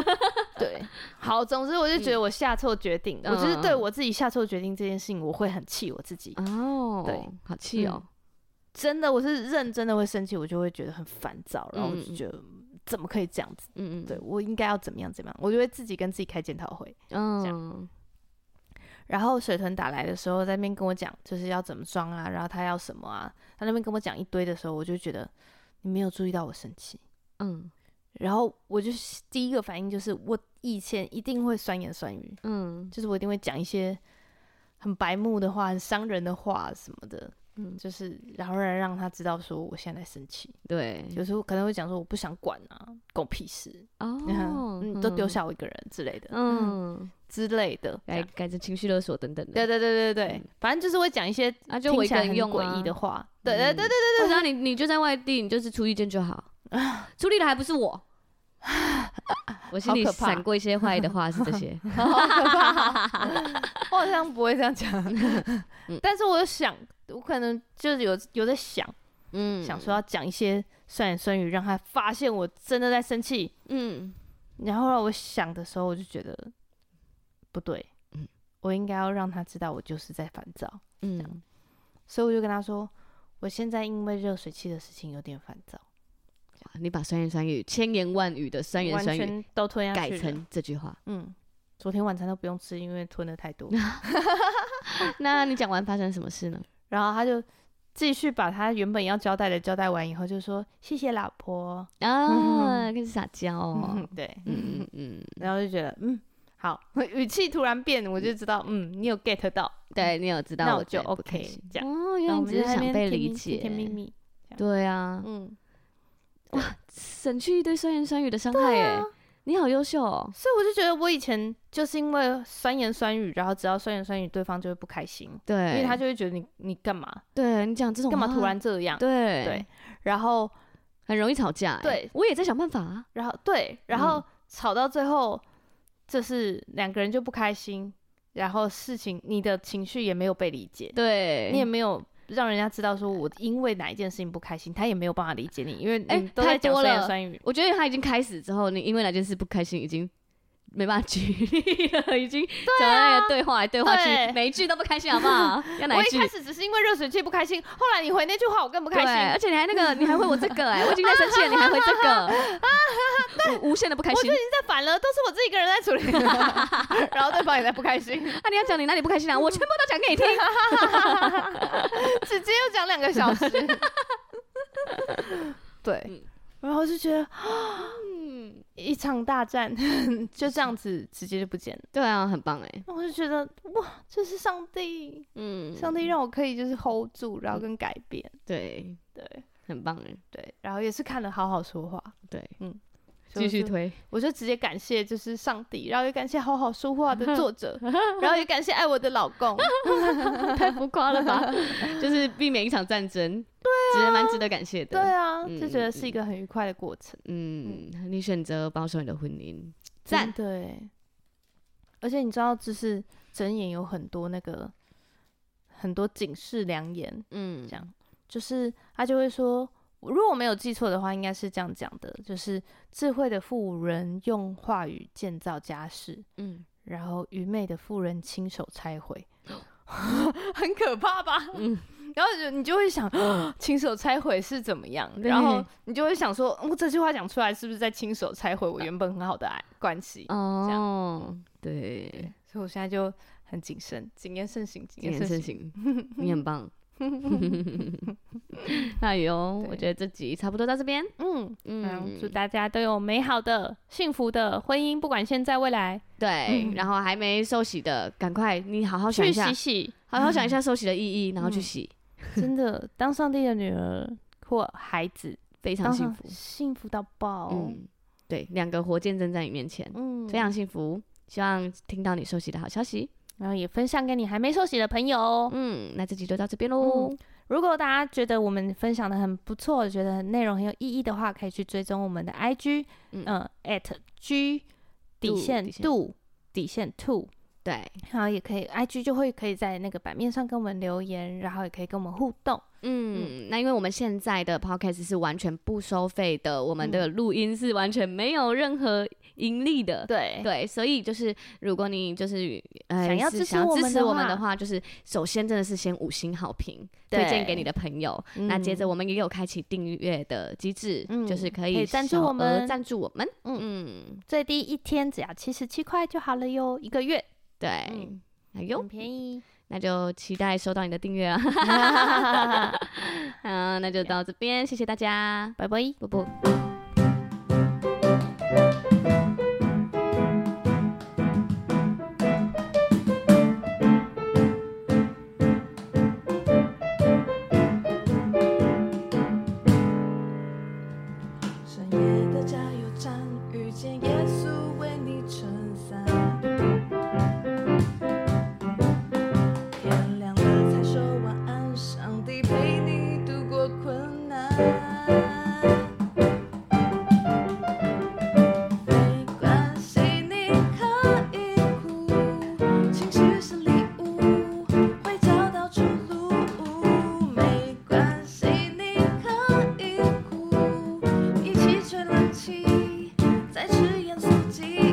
[SPEAKER 1] 对，好，总之我就觉得我下错决定，
[SPEAKER 2] 嗯
[SPEAKER 1] 我就是对我自己下错决定这件事情，我会很气我自己，
[SPEAKER 2] 哦，
[SPEAKER 1] 对，
[SPEAKER 2] 好气哦。
[SPEAKER 1] 真的，我是认真的会生气，我就会觉得很烦躁，然后我
[SPEAKER 2] 嗯
[SPEAKER 1] 就觉得怎么可以这样子，
[SPEAKER 2] 嗯嗯，
[SPEAKER 1] 对，我应该要怎么样怎么样，我就会自己跟自己开检讨会。这
[SPEAKER 2] 嗯，
[SPEAKER 1] 然后水豚打来的时候，在那边跟我讲就是要怎么装啊，然后他要什么啊，他那边跟我讲一堆的时候，我就觉得你没有注意到我生气，
[SPEAKER 2] 嗯
[SPEAKER 1] 然后我就第一个反应就是我以前一定会酸言酸语，
[SPEAKER 2] 嗯
[SPEAKER 1] 就是我一定会讲一些很白目的话、很伤人的话什么的，
[SPEAKER 2] 嗯，
[SPEAKER 1] 就是然后让让他知道说我现在在生气。
[SPEAKER 2] 对，
[SPEAKER 1] 有时候可能会讲说我不想管啊，狗屁事，
[SPEAKER 2] 哦，
[SPEAKER 1] 嗯，都丢下我一个人之类的，嗯
[SPEAKER 2] 嗯，
[SPEAKER 1] 之类的。这
[SPEAKER 2] 改
[SPEAKER 1] 样
[SPEAKER 2] 改成情绪勒索等等
[SPEAKER 1] 对
[SPEAKER 2] 的，
[SPEAKER 1] 对对对对，反正就是会讲一些
[SPEAKER 2] 嗯啊，就
[SPEAKER 1] 听
[SPEAKER 2] 我一
[SPEAKER 1] 起
[SPEAKER 2] 个
[SPEAKER 1] 来
[SPEAKER 2] 人
[SPEAKER 1] 很
[SPEAKER 2] 用
[SPEAKER 1] 诡
[SPEAKER 2] 啊
[SPEAKER 1] 异的，话。对对对对，
[SPEAKER 2] 对，我知道你你就在外地，你就是出一件就好，
[SPEAKER 1] 啊
[SPEAKER 2] 出力的还不是我。 我心里
[SPEAKER 1] 好可怕
[SPEAKER 2] 闪过一些坏的话是这 些，
[SPEAKER 1] 好可怕 哦我好像不会这样讲， 但是我有想，我可能就是有有在想，
[SPEAKER 2] 嗯，
[SPEAKER 1] 想说，要讲一些酸言酸语，让他发现我真的在生气。
[SPEAKER 2] 嗯，
[SPEAKER 1] 然后让我想的时候，我就觉得不对，
[SPEAKER 2] 嗯
[SPEAKER 1] 我应该要让他知道我就是在烦躁，
[SPEAKER 2] 嗯，
[SPEAKER 1] 所以我就跟他说，我现在因为热水器的事情有点烦躁，
[SPEAKER 2] 哇你把酸言酸语、千言万语的酸言
[SPEAKER 1] 完
[SPEAKER 2] 酸语
[SPEAKER 1] 全都吞下
[SPEAKER 2] 改
[SPEAKER 1] 去了
[SPEAKER 2] 成这句 话。
[SPEAKER 1] 嗯，昨天晚餐都不用吃，因为吞的太多。
[SPEAKER 2] 那你讲完发生什么事呢？
[SPEAKER 1] 然后他就继续把他原本要交代的交代完以后，就说谢谢老婆。
[SPEAKER 2] 啊，开始撒娇哦
[SPEAKER 1] 嗯，，对，
[SPEAKER 2] 嗯嗯嗯，
[SPEAKER 1] 然后就觉得嗯。好， 语气突然变，我就知道，嗯，你有 get 到，
[SPEAKER 2] 对你有知道，
[SPEAKER 1] 那我就
[SPEAKER 2] 不开
[SPEAKER 1] OK
[SPEAKER 2] 心
[SPEAKER 1] 这样。
[SPEAKER 2] 哦，原来
[SPEAKER 1] 然后我
[SPEAKER 2] 你
[SPEAKER 1] 们
[SPEAKER 2] 只是
[SPEAKER 1] 在那
[SPEAKER 2] 想被
[SPEAKER 1] 边甜
[SPEAKER 2] 理
[SPEAKER 1] 蜜
[SPEAKER 2] 解，
[SPEAKER 1] 甜蜜蜜，
[SPEAKER 2] 对啊，
[SPEAKER 1] 嗯，
[SPEAKER 2] 省去一堆酸言酸语的伤害
[SPEAKER 1] 啊
[SPEAKER 2] 耶，你好优秀哦，
[SPEAKER 1] 所以我就觉得我以前就是因为酸言酸语，然后只要酸言酸语，对方就会不开心，
[SPEAKER 2] 对，
[SPEAKER 1] 因为他就会觉得你你干嘛
[SPEAKER 2] 对你讲这种
[SPEAKER 1] 干嘛
[SPEAKER 2] 话
[SPEAKER 1] 突然这样，
[SPEAKER 2] 对
[SPEAKER 1] 对，，然后
[SPEAKER 2] 很容易吵架耶，欸
[SPEAKER 1] 对
[SPEAKER 2] 我也在想办法啊，
[SPEAKER 1] 然后对，然后
[SPEAKER 2] 嗯
[SPEAKER 1] 吵到最后，就是两个人就不开心，然后事情你的情绪也没有被理解，
[SPEAKER 2] 对，
[SPEAKER 1] 你也没有。让人家知道说我因为哪一件事情不开心，他也没有办法理解你，因为
[SPEAKER 2] 哎
[SPEAKER 1] 你都
[SPEAKER 2] 太
[SPEAKER 1] 在讲
[SPEAKER 2] 多
[SPEAKER 1] 酸言
[SPEAKER 2] 了
[SPEAKER 1] 酸语。
[SPEAKER 2] 我觉得他已经开始之后，你因为哪件事不开心，已经没办法举例了，已经讲那个对话来对话去
[SPEAKER 1] 啊对，
[SPEAKER 2] 每一句都不开心，好不好？要哪
[SPEAKER 1] 我
[SPEAKER 2] 一
[SPEAKER 1] 一
[SPEAKER 2] 句
[SPEAKER 1] 开？始只是因为热水器不开心，后来你回那句话我更不开
[SPEAKER 2] 对，
[SPEAKER 1] 心。
[SPEAKER 2] 欸而且你还那个，你还回我这个哎、我已经在生气了，你还回这个， 就无限的不开
[SPEAKER 1] 我最
[SPEAKER 2] 心
[SPEAKER 1] 近。在烦了，都是我自己一个人在处理， 然后对方也在不开心，
[SPEAKER 2] 那、你要讲你哪里不开心啊？我全部都讲给 你听。
[SPEAKER 1] 直接又讲两个小时。 嗯对，然后就觉得
[SPEAKER 2] 嗯，
[SPEAKER 1] 一场大战 就这样子直接就不见了。
[SPEAKER 2] 对啊，很棒哎、
[SPEAKER 1] 那我就觉得哇，这是上帝，
[SPEAKER 2] 嗯，
[SPEAKER 1] 上帝让我可以就是 hold 住，然后跟改变。
[SPEAKER 2] 对，
[SPEAKER 1] 对
[SPEAKER 2] 很棒哎、
[SPEAKER 1] 对，然后也是看了《好好说话》，嗯
[SPEAKER 2] 对，
[SPEAKER 1] 所以
[SPEAKER 2] 继续
[SPEAKER 1] 我就
[SPEAKER 2] 推。
[SPEAKER 1] 我就直接感谢就是上帝，然后也感谢好好说话 的作者，然后也感谢爱我的老 公。
[SPEAKER 2] 太 浮夸了吧？就是避免一场战争，对、啊值得蛮值得感谢的。
[SPEAKER 1] 对啊，
[SPEAKER 2] 嗯
[SPEAKER 1] 就觉得是一个很愉快的过程，
[SPEAKER 2] 嗯，你选择保守你的婚姻，赞
[SPEAKER 1] 真的欸。而且你知道，就是睁眼有很多那个很多警示良言，
[SPEAKER 2] 嗯
[SPEAKER 1] 这样就是他就会说，如果我没有记错的话，应该是这样讲的，就是智慧的妇人用话语建造家室，
[SPEAKER 2] 嗯
[SPEAKER 1] 然后愚昧的妇人亲手拆毁，哦 很可怕吧？
[SPEAKER 2] 嗯
[SPEAKER 1] 然后你就你就会 想，亲手拆毁是怎么样？
[SPEAKER 2] 对
[SPEAKER 1] 然后你就会想说，我、这句话讲出来是不是在亲手拆毁我原本很好的爱关系？
[SPEAKER 2] 哦，对，
[SPEAKER 1] 所以我现在就很谨慎，谨言慎行，谨
[SPEAKER 2] 谨
[SPEAKER 1] 言
[SPEAKER 2] 言
[SPEAKER 1] 慎
[SPEAKER 2] 慎
[SPEAKER 1] 行。
[SPEAKER 2] 行， 你很棒。哎呦，
[SPEAKER 1] 对
[SPEAKER 2] 我觉得这集差不多到这边。
[SPEAKER 1] 嗯嗯，
[SPEAKER 2] 嗯，
[SPEAKER 1] 祝大家都有美好的、幸福的婚姻，不管现在未来，
[SPEAKER 2] 对，然后还没受洗的，赶快你好好想一
[SPEAKER 1] 去
[SPEAKER 2] 下
[SPEAKER 1] 洗， 洗。
[SPEAKER 2] 好好想一下受洗的意义，然后去洗，
[SPEAKER 1] 真的，当上帝的女儿或孩子，
[SPEAKER 2] 非常
[SPEAKER 1] 当
[SPEAKER 2] 幸
[SPEAKER 1] 上
[SPEAKER 2] 福。
[SPEAKER 1] 幸福到爆。
[SPEAKER 2] 嗯，对，两个活见证在你面前，
[SPEAKER 1] 嗯
[SPEAKER 2] 非常幸福。希望听到你受洗的好消息。
[SPEAKER 1] 然后也分享给你还没受洗的朋友哦。嗯
[SPEAKER 2] 嗯，那这集就到这边喽。
[SPEAKER 1] 如果大家觉得我们分享的很不错，觉得内容很有意义的话，可以去追踪我们的 IG，
[SPEAKER 2] 嗯
[SPEAKER 1] 嗯，at g 底
[SPEAKER 2] 度
[SPEAKER 1] 线
[SPEAKER 2] 底线
[SPEAKER 1] do 底线 two，
[SPEAKER 2] 对，
[SPEAKER 1] 然后也可以 IG 就会可以在那个版面上跟我们留言，然后也可以跟我们互动。
[SPEAKER 2] 嗯，那因为我们现在的 podcast 是完全不收费的，我们的录音是完全没有任何盈利的。
[SPEAKER 1] 嗯对
[SPEAKER 2] 对，所以就是如果你就是呃
[SPEAKER 1] 想要
[SPEAKER 2] 是
[SPEAKER 1] 支持
[SPEAKER 2] 想
[SPEAKER 1] 我
[SPEAKER 2] 支
[SPEAKER 1] 们
[SPEAKER 2] 持
[SPEAKER 1] 的
[SPEAKER 2] 我们的
[SPEAKER 1] 话
[SPEAKER 2] 话，就是首先真的是先五星好评，推荐给
[SPEAKER 1] 对
[SPEAKER 2] 你的朋友。那接着我们也有开启订阅的机制，就是
[SPEAKER 1] 嗯
[SPEAKER 2] 可
[SPEAKER 1] 可
[SPEAKER 2] 以
[SPEAKER 1] 以赞助
[SPEAKER 2] 小
[SPEAKER 1] 我
[SPEAKER 2] 额
[SPEAKER 1] 们
[SPEAKER 2] 赞助我们。
[SPEAKER 1] 嗯
[SPEAKER 2] 嗯，
[SPEAKER 1] 最低一天只要七十七块就好了哟，一个月
[SPEAKER 2] 对，
[SPEAKER 1] 嗯
[SPEAKER 2] 哎呦
[SPEAKER 1] 很，便 宜。
[SPEAKER 2] 那就期待收到你的订 阅啊。嗯，那就到这边，谢谢大家，
[SPEAKER 1] 拜拜。
[SPEAKER 2] 啵啵。
[SPEAKER 3] 深夜的加油站，遇见耶稣为你撑伞。天亮了才说晚安，上帝陪你度过困难。没关系，你可以哭，情绪是礼物，会找到出路。没关系，你可以哭，一起吹冷气，再吃盐酥鸡。